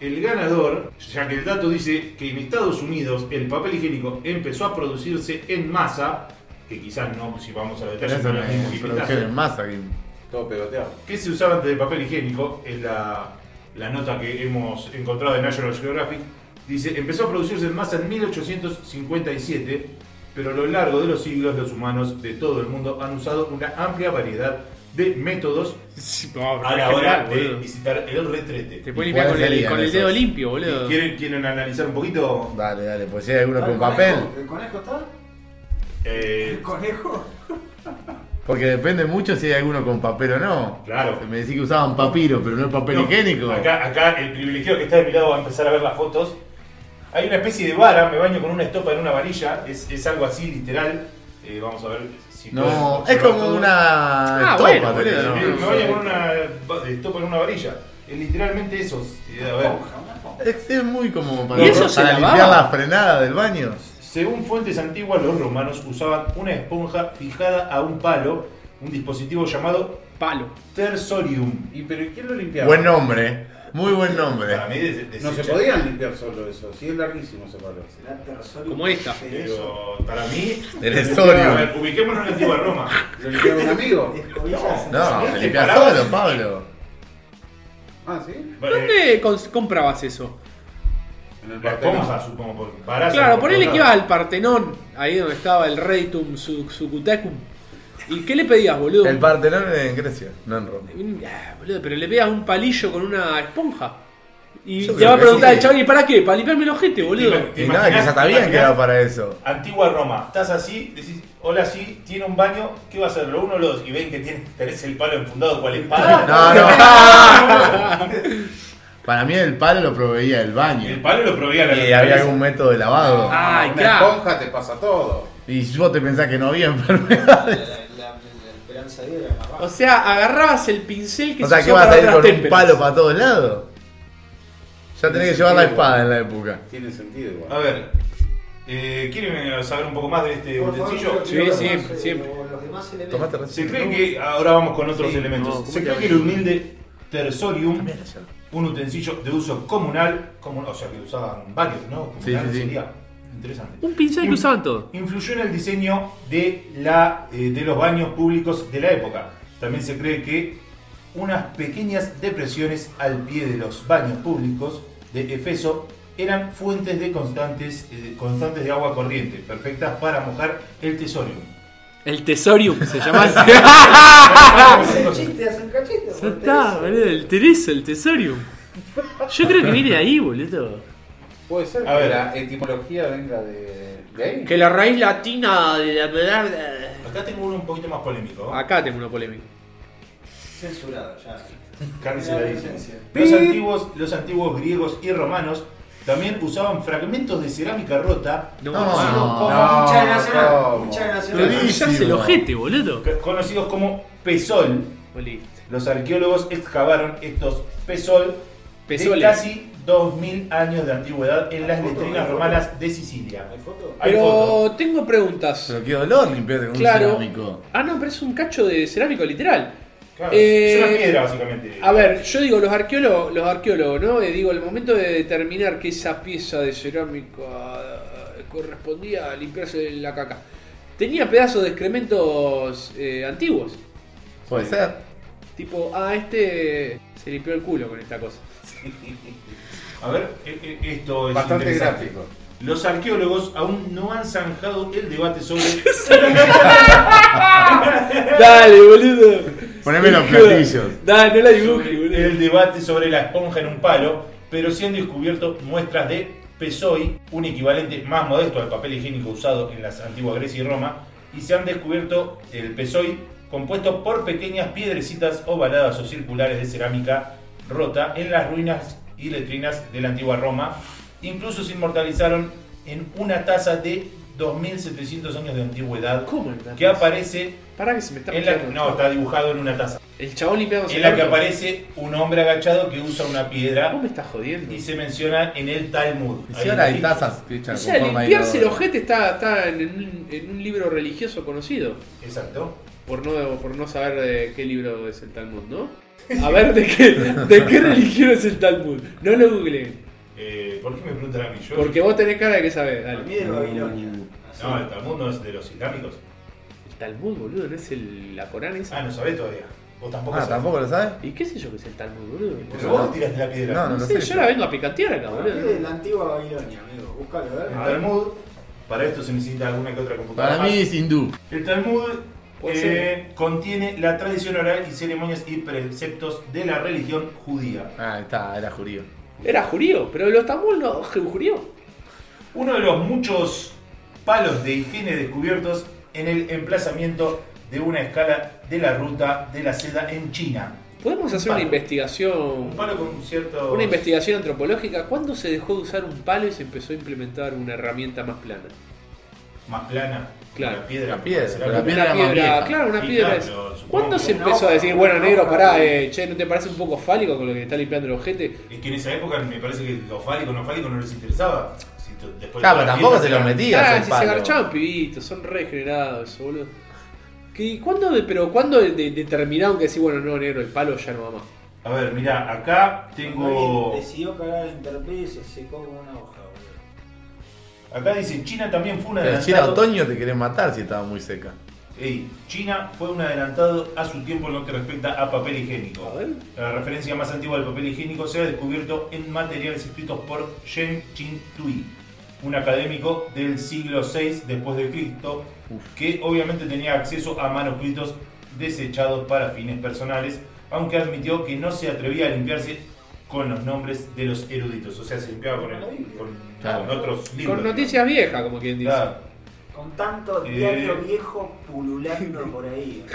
[SPEAKER 4] El ganador, ya que el dato dice que en Estados Unidos el papel higiénico empezó a producirse en masa, que quizás no, si vamos a
[SPEAKER 5] Pero
[SPEAKER 4] detalles,
[SPEAKER 5] eso
[SPEAKER 4] no
[SPEAKER 5] no
[SPEAKER 4] lo mismo que
[SPEAKER 5] es producción
[SPEAKER 4] inventaste.
[SPEAKER 5] en masa. que-
[SPEAKER 2] Todo pegoteado.
[SPEAKER 4] ¿Qué se usaba antes del papel higiénico? Es la, la nota que hemos encontrado en National Geographic. Dice, empezó a producirse en masa en 1857, pero a lo largo de los siglos los humanos de todo el mundo han usado una amplia variedad de métodos a la hora de visitar el retrete.
[SPEAKER 6] Te
[SPEAKER 5] ¿Y
[SPEAKER 6] puedes limpiar
[SPEAKER 5] cuáles
[SPEAKER 6] con el,
[SPEAKER 5] serían
[SPEAKER 6] con el dedo
[SPEAKER 5] esos?
[SPEAKER 6] limpio, boludo.
[SPEAKER 4] ¿Quieren, ¿Quieren analizar un poquito?
[SPEAKER 5] Dale, dale, pues si hay alguno
[SPEAKER 1] Ah,
[SPEAKER 5] con
[SPEAKER 1] ¿el
[SPEAKER 5] papel.
[SPEAKER 1] conejo? ¿El conejo está?
[SPEAKER 4] Eh,
[SPEAKER 1] ¿El conejo?
[SPEAKER 5] Porque depende mucho si hay alguno con papel o no.
[SPEAKER 4] Claro.
[SPEAKER 5] Me decís que usaban papiro, pero no es papel
[SPEAKER 4] No,
[SPEAKER 5] higiénico.
[SPEAKER 4] Acá, acá el privilegiado que está de mi lado va a empezar a ver las fotos. Hay una especie de vara, me baño con una estopa en una varilla, es, es algo así, literal. Eh, vamos a ver si
[SPEAKER 5] No,
[SPEAKER 4] puedo
[SPEAKER 5] es como
[SPEAKER 4] observar
[SPEAKER 5] una
[SPEAKER 6] Ah,
[SPEAKER 5] estopa,
[SPEAKER 6] bueno,
[SPEAKER 5] tenés,
[SPEAKER 6] boludo,
[SPEAKER 4] todo.
[SPEAKER 5] ¿no?
[SPEAKER 4] Me, me baño con una va- estopa en una varilla. Es literalmente eso. Eh, A ver.
[SPEAKER 1] Esponja, una esponja.
[SPEAKER 5] Es, es muy como para,
[SPEAKER 6] ¿Y eso se
[SPEAKER 5] para
[SPEAKER 6] lavaba?
[SPEAKER 5] limpiar la frenada del baño.
[SPEAKER 4] Según fuentes antiguas, los romanos usaban una esponja fijada a un palo, un dispositivo llamado
[SPEAKER 6] Palo.
[SPEAKER 4] Eh. tersorium.
[SPEAKER 2] ¿Y pero ¿y quién lo
[SPEAKER 4] ah.
[SPEAKER 2] limpiaba?
[SPEAKER 5] Buen nombre, eh. muy buen nombre.
[SPEAKER 4] Para mí, des-
[SPEAKER 2] No se
[SPEAKER 4] desecha-
[SPEAKER 2] podían limpiar solo eso, sí es larguísimo ese palo.
[SPEAKER 1] Será terrorio.
[SPEAKER 6] Como esta.
[SPEAKER 4] Pero para mí.
[SPEAKER 5] Del
[SPEAKER 4] A
[SPEAKER 5] estorio.
[SPEAKER 4] ver, ubiquémonos en la antigua Roma.
[SPEAKER 2] ¿Lo limpiaba un amigo?
[SPEAKER 1] Escobillas.
[SPEAKER 5] No,
[SPEAKER 4] ¿Sabías
[SPEAKER 5] te
[SPEAKER 4] que
[SPEAKER 5] limpias
[SPEAKER 4] parabas?
[SPEAKER 5] solo, Pablo.
[SPEAKER 2] Ah, ¿sí?
[SPEAKER 4] Vale,
[SPEAKER 6] ¿Dónde cons- comprabas eso?
[SPEAKER 2] En el
[SPEAKER 4] La
[SPEAKER 2] Partenón.
[SPEAKER 4] esponja, supongo, por baraza.
[SPEAKER 6] Claro,
[SPEAKER 4] por
[SPEAKER 6] ponele
[SPEAKER 4] todo
[SPEAKER 6] que ibas
[SPEAKER 4] lado.
[SPEAKER 6] al Partenón, ahí donde estaba el Reitum su- Sucutacum. ¿Y qué le pedías, boludo?
[SPEAKER 5] El Partenón en Grecia, no en Roma.
[SPEAKER 6] Un- ah, boludo, pero le pedías un palillo con una esponja. Y
[SPEAKER 5] Yo
[SPEAKER 6] te
[SPEAKER 5] creo
[SPEAKER 6] va a
[SPEAKER 5] que
[SPEAKER 6] preguntar
[SPEAKER 5] sí.
[SPEAKER 6] el chabón, ¿y para qué? Para limpiarme el ojete, boludo.
[SPEAKER 4] Te
[SPEAKER 5] Y
[SPEAKER 4] imaginás-
[SPEAKER 5] nada, que ya está
[SPEAKER 4] te
[SPEAKER 5] bien que
[SPEAKER 4] imaginás-
[SPEAKER 5] era para eso.
[SPEAKER 4] Antigua Roma, estás así, decís, hola, sí, tiene un baño, ¿qué va a hacer? ¿Lo uno o lo dos? Y ven que tiene, tenés el palo enfundado, ¿cuál es palo?
[SPEAKER 5] No, no. Para mí el palo lo proveía el
[SPEAKER 4] El
[SPEAKER 5] baño.
[SPEAKER 4] palo lo proveía la
[SPEAKER 5] Y había algún método de lavado.
[SPEAKER 6] Ah,
[SPEAKER 2] una
[SPEAKER 6] claro.
[SPEAKER 2] esponja te pasa todo.
[SPEAKER 5] Y vos te pensás que no había enfermedad.
[SPEAKER 1] La, la, la- la esperanza de era más baja.
[SPEAKER 6] O sea, agarrabas el pincel que
[SPEAKER 5] O sea,
[SPEAKER 6] se
[SPEAKER 5] ¿qué
[SPEAKER 6] usó
[SPEAKER 5] vas a
[SPEAKER 6] para
[SPEAKER 5] ir
[SPEAKER 6] otras
[SPEAKER 5] con un
[SPEAKER 6] témperas.
[SPEAKER 5] palo para todos lados? Ya tenés que llevar la espada en la época.
[SPEAKER 2] Tiene sentido igual.
[SPEAKER 4] A ver, eh, ¿quieren saber un poco más de este
[SPEAKER 1] Por favor,
[SPEAKER 4] utensilio?
[SPEAKER 1] quiero que
[SPEAKER 6] Sí,
[SPEAKER 1] los demás,
[SPEAKER 6] siempre,
[SPEAKER 1] eh,
[SPEAKER 6] siempre.
[SPEAKER 1] o Los demás
[SPEAKER 5] Tomate
[SPEAKER 1] elementos.
[SPEAKER 4] Se
[SPEAKER 5] recién.
[SPEAKER 4] cree que, ahora vamos con otros
[SPEAKER 6] Sí,
[SPEAKER 4] elementos,
[SPEAKER 6] no,
[SPEAKER 4] se cree
[SPEAKER 6] ¿cómo
[SPEAKER 4] que
[SPEAKER 6] te
[SPEAKER 4] el
[SPEAKER 6] llamas?
[SPEAKER 4] humilde tersorium, un utensilio de uso comunal, comun- o sea, que usaban varios, ¿no?
[SPEAKER 5] Sí,
[SPEAKER 4] Comunal
[SPEAKER 5] sí, sí.
[SPEAKER 4] sería interesante.
[SPEAKER 6] Un pincel que
[SPEAKER 4] Mm.
[SPEAKER 6] usaban todos.
[SPEAKER 4] influyó en el diseño de, la, eh, de los baños públicos de la época. También se cree que unas pequeñas depresiones al pie de los baños públicos de Efeso eran fuentes de constantes, eh, constantes de agua corriente, perfectas para mojar el tesoro.
[SPEAKER 6] El Tesorium se llamaba.
[SPEAKER 1] Hacen chistes, hacen cachitos.
[SPEAKER 6] Ah, Ya está, boludo, el Tereso, el Tesorium. Yo creo que viene de ahí, boludo.
[SPEAKER 2] Puede ser
[SPEAKER 4] A
[SPEAKER 2] que
[SPEAKER 4] ver.
[SPEAKER 2] la etimología venga de, de ahí.
[SPEAKER 6] Que la raíz latina de la palabra.
[SPEAKER 4] Acá tengo uno un poquito más polémico. ¿eh?
[SPEAKER 6] Acá tengo una polémica.
[SPEAKER 1] Censurado, ya.
[SPEAKER 4] Canceladísimo.
[SPEAKER 1] Licencia.
[SPEAKER 4] Los antiguos, los antiguos griegos y romanos también usaban fragmentos de cerámica rota
[SPEAKER 6] No,
[SPEAKER 5] No.
[SPEAKER 6] no.
[SPEAKER 2] No,
[SPEAKER 1] Hincha de nacional.
[SPEAKER 2] ¿cómo?
[SPEAKER 1] Hincha de
[SPEAKER 6] Pero
[SPEAKER 1] nacional.
[SPEAKER 5] Durísimo.
[SPEAKER 6] ya se el ojete, boludo.
[SPEAKER 4] conocidos como pesol,
[SPEAKER 6] Oliste.
[SPEAKER 4] Los arqueólogos excavaron estos pesol de
[SPEAKER 6] Pezoles.
[SPEAKER 4] casi 2000 años de antigüedad en las
[SPEAKER 1] ¿Hay foto?
[SPEAKER 4] letrinas
[SPEAKER 1] ¿Hay foto?
[SPEAKER 4] romanas de Sicilia.
[SPEAKER 1] ¿Hay foto?
[SPEAKER 4] Hay foto.
[SPEAKER 6] Pero tengo preguntas.
[SPEAKER 5] Pero qué dolor limpiarte con
[SPEAKER 6] Claro.
[SPEAKER 5] un cerámico.
[SPEAKER 6] Ah, no, pero es un cacho de cerámico, literal.
[SPEAKER 4] Claro,
[SPEAKER 6] Eh,
[SPEAKER 4] es una piedra, básicamente.
[SPEAKER 6] A ver, yo digo, los arqueólogos, los arqueólogos, ¿no? Eh, digo, el momento de determinar que esa pieza de cerámica eh, correspondía a limpiarse la caca. Tenía pedazos de excrementos eh, antiguos.
[SPEAKER 5] Puede ser.
[SPEAKER 6] Tipo, ah, este se limpió el culo con esta cosa.
[SPEAKER 4] A ver, e- e- esto es
[SPEAKER 2] Bastante
[SPEAKER 4] interesante.
[SPEAKER 2] gráfico.
[SPEAKER 4] Los arqueólogos aún no han zanjado el debate sobre
[SPEAKER 6] Dale, boludo.
[SPEAKER 5] Poneme los platillos.
[SPEAKER 6] Dale, no la dibujes,
[SPEAKER 4] sobre
[SPEAKER 6] boludo.
[SPEAKER 4] el debate sobre la esponja en un palo, pero se han descubierto muestras de pesoi, un equivalente más modesto al papel higiénico usado en las antiguas Grecia y Roma, y se han descubierto el pesoi compuesto por pequeñas piedrecitas ovaladas o circulares de cerámica rota en las ruinas y letrinas de la antigua Roma. Incluso se inmortalizaron en una taza de 2.700 años de antigüedad
[SPEAKER 6] ¿Cómo en una
[SPEAKER 4] que
[SPEAKER 6] taza?
[SPEAKER 4] aparece
[SPEAKER 6] Pará que se me está
[SPEAKER 4] en la
[SPEAKER 6] metiendo.
[SPEAKER 4] no está dibujado en una taza
[SPEAKER 6] El chabón limpiándose
[SPEAKER 4] en la
[SPEAKER 6] el
[SPEAKER 4] que
[SPEAKER 6] orto.
[SPEAKER 4] aparece un hombre agachado que usa una
[SPEAKER 6] Vos
[SPEAKER 4] piedra
[SPEAKER 6] me estás jodiendo.
[SPEAKER 4] y se menciona en el Talmud.
[SPEAKER 5] Y si ahora hay
[SPEAKER 4] un-
[SPEAKER 5] tazas que echan
[SPEAKER 6] O
[SPEAKER 5] con
[SPEAKER 6] sea,
[SPEAKER 5] forma de
[SPEAKER 6] limpiarse el
[SPEAKER 5] inodoro.
[SPEAKER 6] ojete está, está en, un, en un libro religioso conocido.
[SPEAKER 4] Exacto.
[SPEAKER 6] Por no, por no saber de qué libro es el Talmud, ¿no? A ver de qué, de qué religión es el Talmud. No lo googleen.
[SPEAKER 4] Eh, ¿Por qué me preguntan a mí? Yo-
[SPEAKER 6] Porque vos tenés cara de que sabés.
[SPEAKER 1] Para mí
[SPEAKER 6] Dale.
[SPEAKER 1] es Babilonia. Así.
[SPEAKER 4] No, el Talmud no es de los islámicos.
[SPEAKER 6] El Talmud, boludo, no es el, la Corán esa.
[SPEAKER 4] Ah, no sabés todavía. Vos tampoco
[SPEAKER 5] Ah,
[SPEAKER 4] sabés.
[SPEAKER 5] ¿tampoco lo sabes?
[SPEAKER 6] ¿Y qué sé yo que es el Talmud, boludo?
[SPEAKER 4] Pero vos tiraste la piedra.
[SPEAKER 5] No,
[SPEAKER 6] No,
[SPEAKER 5] no lo
[SPEAKER 6] sé,
[SPEAKER 5] sé.
[SPEAKER 6] yo la vengo a picantear acá,
[SPEAKER 1] Para mí
[SPEAKER 4] Ah,
[SPEAKER 1] es de
[SPEAKER 6] boludo.
[SPEAKER 1] la antigua Babilonia, amigo. Búscalo,
[SPEAKER 4] El
[SPEAKER 1] ¿verdad?
[SPEAKER 4] Talmud, para esto se necesita alguna que otra computadora.
[SPEAKER 5] Para mí es hindú.
[SPEAKER 4] más. el Talmud
[SPEAKER 6] Puede
[SPEAKER 4] eh,
[SPEAKER 6] ser.
[SPEAKER 4] contiene la tradición oral y ceremonias y preceptos de la religión judía.
[SPEAKER 5] Ah, ahí está, era judío.
[SPEAKER 6] Era jurío, pero los Talmud no jurío.
[SPEAKER 4] Uno de los muchos palos de higiene descubiertos en el emplazamiento de una escala de la ruta de la seda en China.
[SPEAKER 6] Podemos hacer una
[SPEAKER 4] palo.
[SPEAKER 6] investigación.
[SPEAKER 4] Un palo con cierto.
[SPEAKER 6] Una investigación antropológica. ¿Cuándo se dejó de usar un palo y se empezó a implementar una herramienta más plana?
[SPEAKER 4] más plana.
[SPEAKER 6] Claro.
[SPEAKER 4] La piedra.
[SPEAKER 5] La piedra,
[SPEAKER 4] Será
[SPEAKER 5] pero la
[SPEAKER 4] que-
[SPEAKER 5] piedra- era más vieja.
[SPEAKER 6] claro, una
[SPEAKER 4] Y
[SPEAKER 6] piedra.
[SPEAKER 4] claro,
[SPEAKER 6] es-
[SPEAKER 4] pero supongo
[SPEAKER 6] ¿Cuándo
[SPEAKER 4] que
[SPEAKER 6] se
[SPEAKER 4] no,
[SPEAKER 6] empezó a decir,
[SPEAKER 1] no,
[SPEAKER 6] bueno, negro,
[SPEAKER 1] no,
[SPEAKER 6] pará,
[SPEAKER 1] no.
[SPEAKER 6] eh, che, ¿no te parece un poco fálico con lo que te está limpiando el ojete?
[SPEAKER 4] Es que en esa época me parece que lo fálico no fálico no les interesaba. Si to- después de
[SPEAKER 5] Claro,
[SPEAKER 4] la
[SPEAKER 5] pero tampoco
[SPEAKER 4] fiesta
[SPEAKER 5] se lo
[SPEAKER 4] eran-
[SPEAKER 5] metías
[SPEAKER 6] Ah,
[SPEAKER 5] el
[SPEAKER 6] si se
[SPEAKER 5] palo.
[SPEAKER 6] agarchaban pibitos, son regenerados, boludo. ¿Qué, ¿Cuándo, de- pero cuándo de- de- determinaron que decir, bueno, no, negro, el palo ya no va más?
[SPEAKER 4] A ver, mirá, acá
[SPEAKER 1] Alguien
[SPEAKER 4] tengo.
[SPEAKER 1] Decidió cagar en Interpel y se secó con una hoja, boludo.
[SPEAKER 4] Acá dice: China también fue un
[SPEAKER 5] Pero si era
[SPEAKER 4] adelantado.
[SPEAKER 5] otoño te querés matar si estaba muy seca.
[SPEAKER 4] Ey, China fue un adelantado a su tiempo en lo que respecta a papel higiénico.
[SPEAKER 6] A ver.
[SPEAKER 4] La referencia más antigua del papel higiénico se ha descubierto en materiales escritos por Shen Tui, un académico del siglo VI después de Cristo, que obviamente tenía acceso a manuscritos desechados para fines personales, aunque admitió que no se atrevía a limpiarse con los nombres de los eruditos, o sea, se limpiaba con, el- con-
[SPEAKER 5] Claro.
[SPEAKER 4] con otros libros.
[SPEAKER 6] Con noticias viejas, como quien dice.
[SPEAKER 4] Claro.
[SPEAKER 1] Con tanto
[SPEAKER 4] Eh.
[SPEAKER 1] diario viejo pululando por ahí.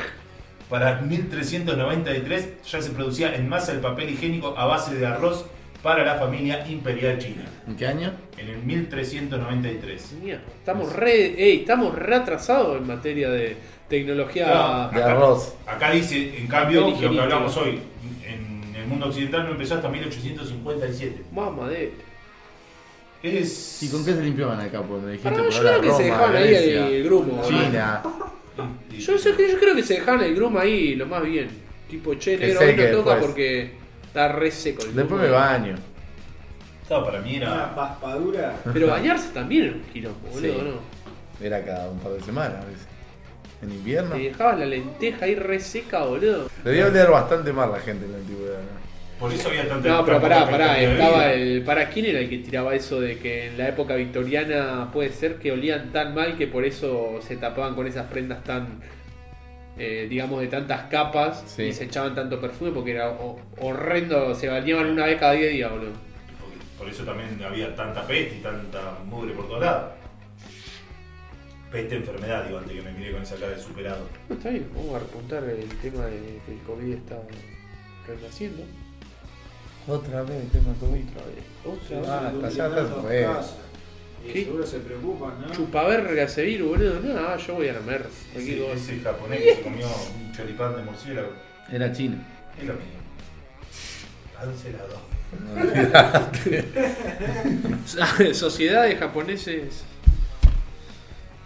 [SPEAKER 4] Para 1393 ya se producía en masa el papel higiénico a base de arroz para la familia imperial china.
[SPEAKER 5] ¿En qué año?
[SPEAKER 4] En el 1393.
[SPEAKER 6] Mierda, Estamos re, ey, estamos re atrasados en materia de tecnología.
[SPEAKER 4] Ah,
[SPEAKER 5] De arroz.
[SPEAKER 4] Acá dice, en
[SPEAKER 6] Papel
[SPEAKER 4] cambio, lo que
[SPEAKER 6] higiénico.
[SPEAKER 4] hablamos hoy, en el mundo occidental no empezó hasta 1857.
[SPEAKER 6] Mamá de.
[SPEAKER 4] Es...
[SPEAKER 5] ¿Y con qué se limpiaban acá? Pues me dijiste
[SPEAKER 6] Pará,
[SPEAKER 5] por
[SPEAKER 6] Ah, yo
[SPEAKER 5] ahora
[SPEAKER 6] creo que se
[SPEAKER 5] Roma,
[SPEAKER 6] dejaban ahí
[SPEAKER 5] Grecia,
[SPEAKER 6] el grumo.
[SPEAKER 5] China.
[SPEAKER 4] Y-
[SPEAKER 6] Yo, sé que- yo creo que se dejaban el grumo ahí lo más bien. Tipo, che,
[SPEAKER 5] Que
[SPEAKER 6] negro, hoy
[SPEAKER 5] seque
[SPEAKER 6] no toca
[SPEAKER 5] después.
[SPEAKER 6] porque está re seco el
[SPEAKER 5] Después
[SPEAKER 6] grumo.
[SPEAKER 5] me baño.
[SPEAKER 4] Claro, para mí
[SPEAKER 1] Una
[SPEAKER 4] era...
[SPEAKER 1] paspadura.
[SPEAKER 6] Pero bañarse también era un quilombo, boludo,
[SPEAKER 5] Sí. Era cada un par de semanas a veces. En invierno.
[SPEAKER 6] ¿no? Te dejabas la lenteja ahí re seca, boludo.
[SPEAKER 5] Debía oler bastante mal la gente en la antigüedad. ¿no?
[SPEAKER 4] Por eso había tanta...
[SPEAKER 6] No, pero
[SPEAKER 4] tanta
[SPEAKER 6] pará,
[SPEAKER 4] cantidad
[SPEAKER 6] pará,
[SPEAKER 4] de
[SPEAKER 6] estaba
[SPEAKER 4] bebida.
[SPEAKER 6] el. ¿Para quién era el que tiraba eso de que en la época victoriana puede ser que olían tan mal que por eso se tapaban con esas prendas tan. eh, digamos, de tantas capas
[SPEAKER 5] Sí.
[SPEAKER 6] y se echaban tanto perfume porque era ho- horrendo, se bañaban una vez cada 10 días, boludo.
[SPEAKER 4] Porque- Por eso también había tanta peste y tanta mugre por todos lados. Peste, enfermedad, digo, antes que me mire con esa cara de superado.
[SPEAKER 6] No, está bien, vamos a repuntar el tema de que el COVID está renaciendo.
[SPEAKER 5] Otra vez el tema COVID.
[SPEAKER 6] Otra vez. Otra vez.
[SPEAKER 5] Ah, hasta allá
[SPEAKER 1] Duplicando
[SPEAKER 5] está re.
[SPEAKER 1] casas. Y
[SPEAKER 6] ¿Qué?
[SPEAKER 1] seguro se preocupan, ¿no?
[SPEAKER 6] Chupaverga se vir, boludo. No, ah, yo voy a la merda. cualquier
[SPEAKER 4] Ese,
[SPEAKER 6] cosa.
[SPEAKER 4] ese japonés que se comió un choripán de murciélago.
[SPEAKER 5] Era chino.
[SPEAKER 4] Es lo mismo. Cancelado.
[SPEAKER 6] Sociedad Ah, de japoneses.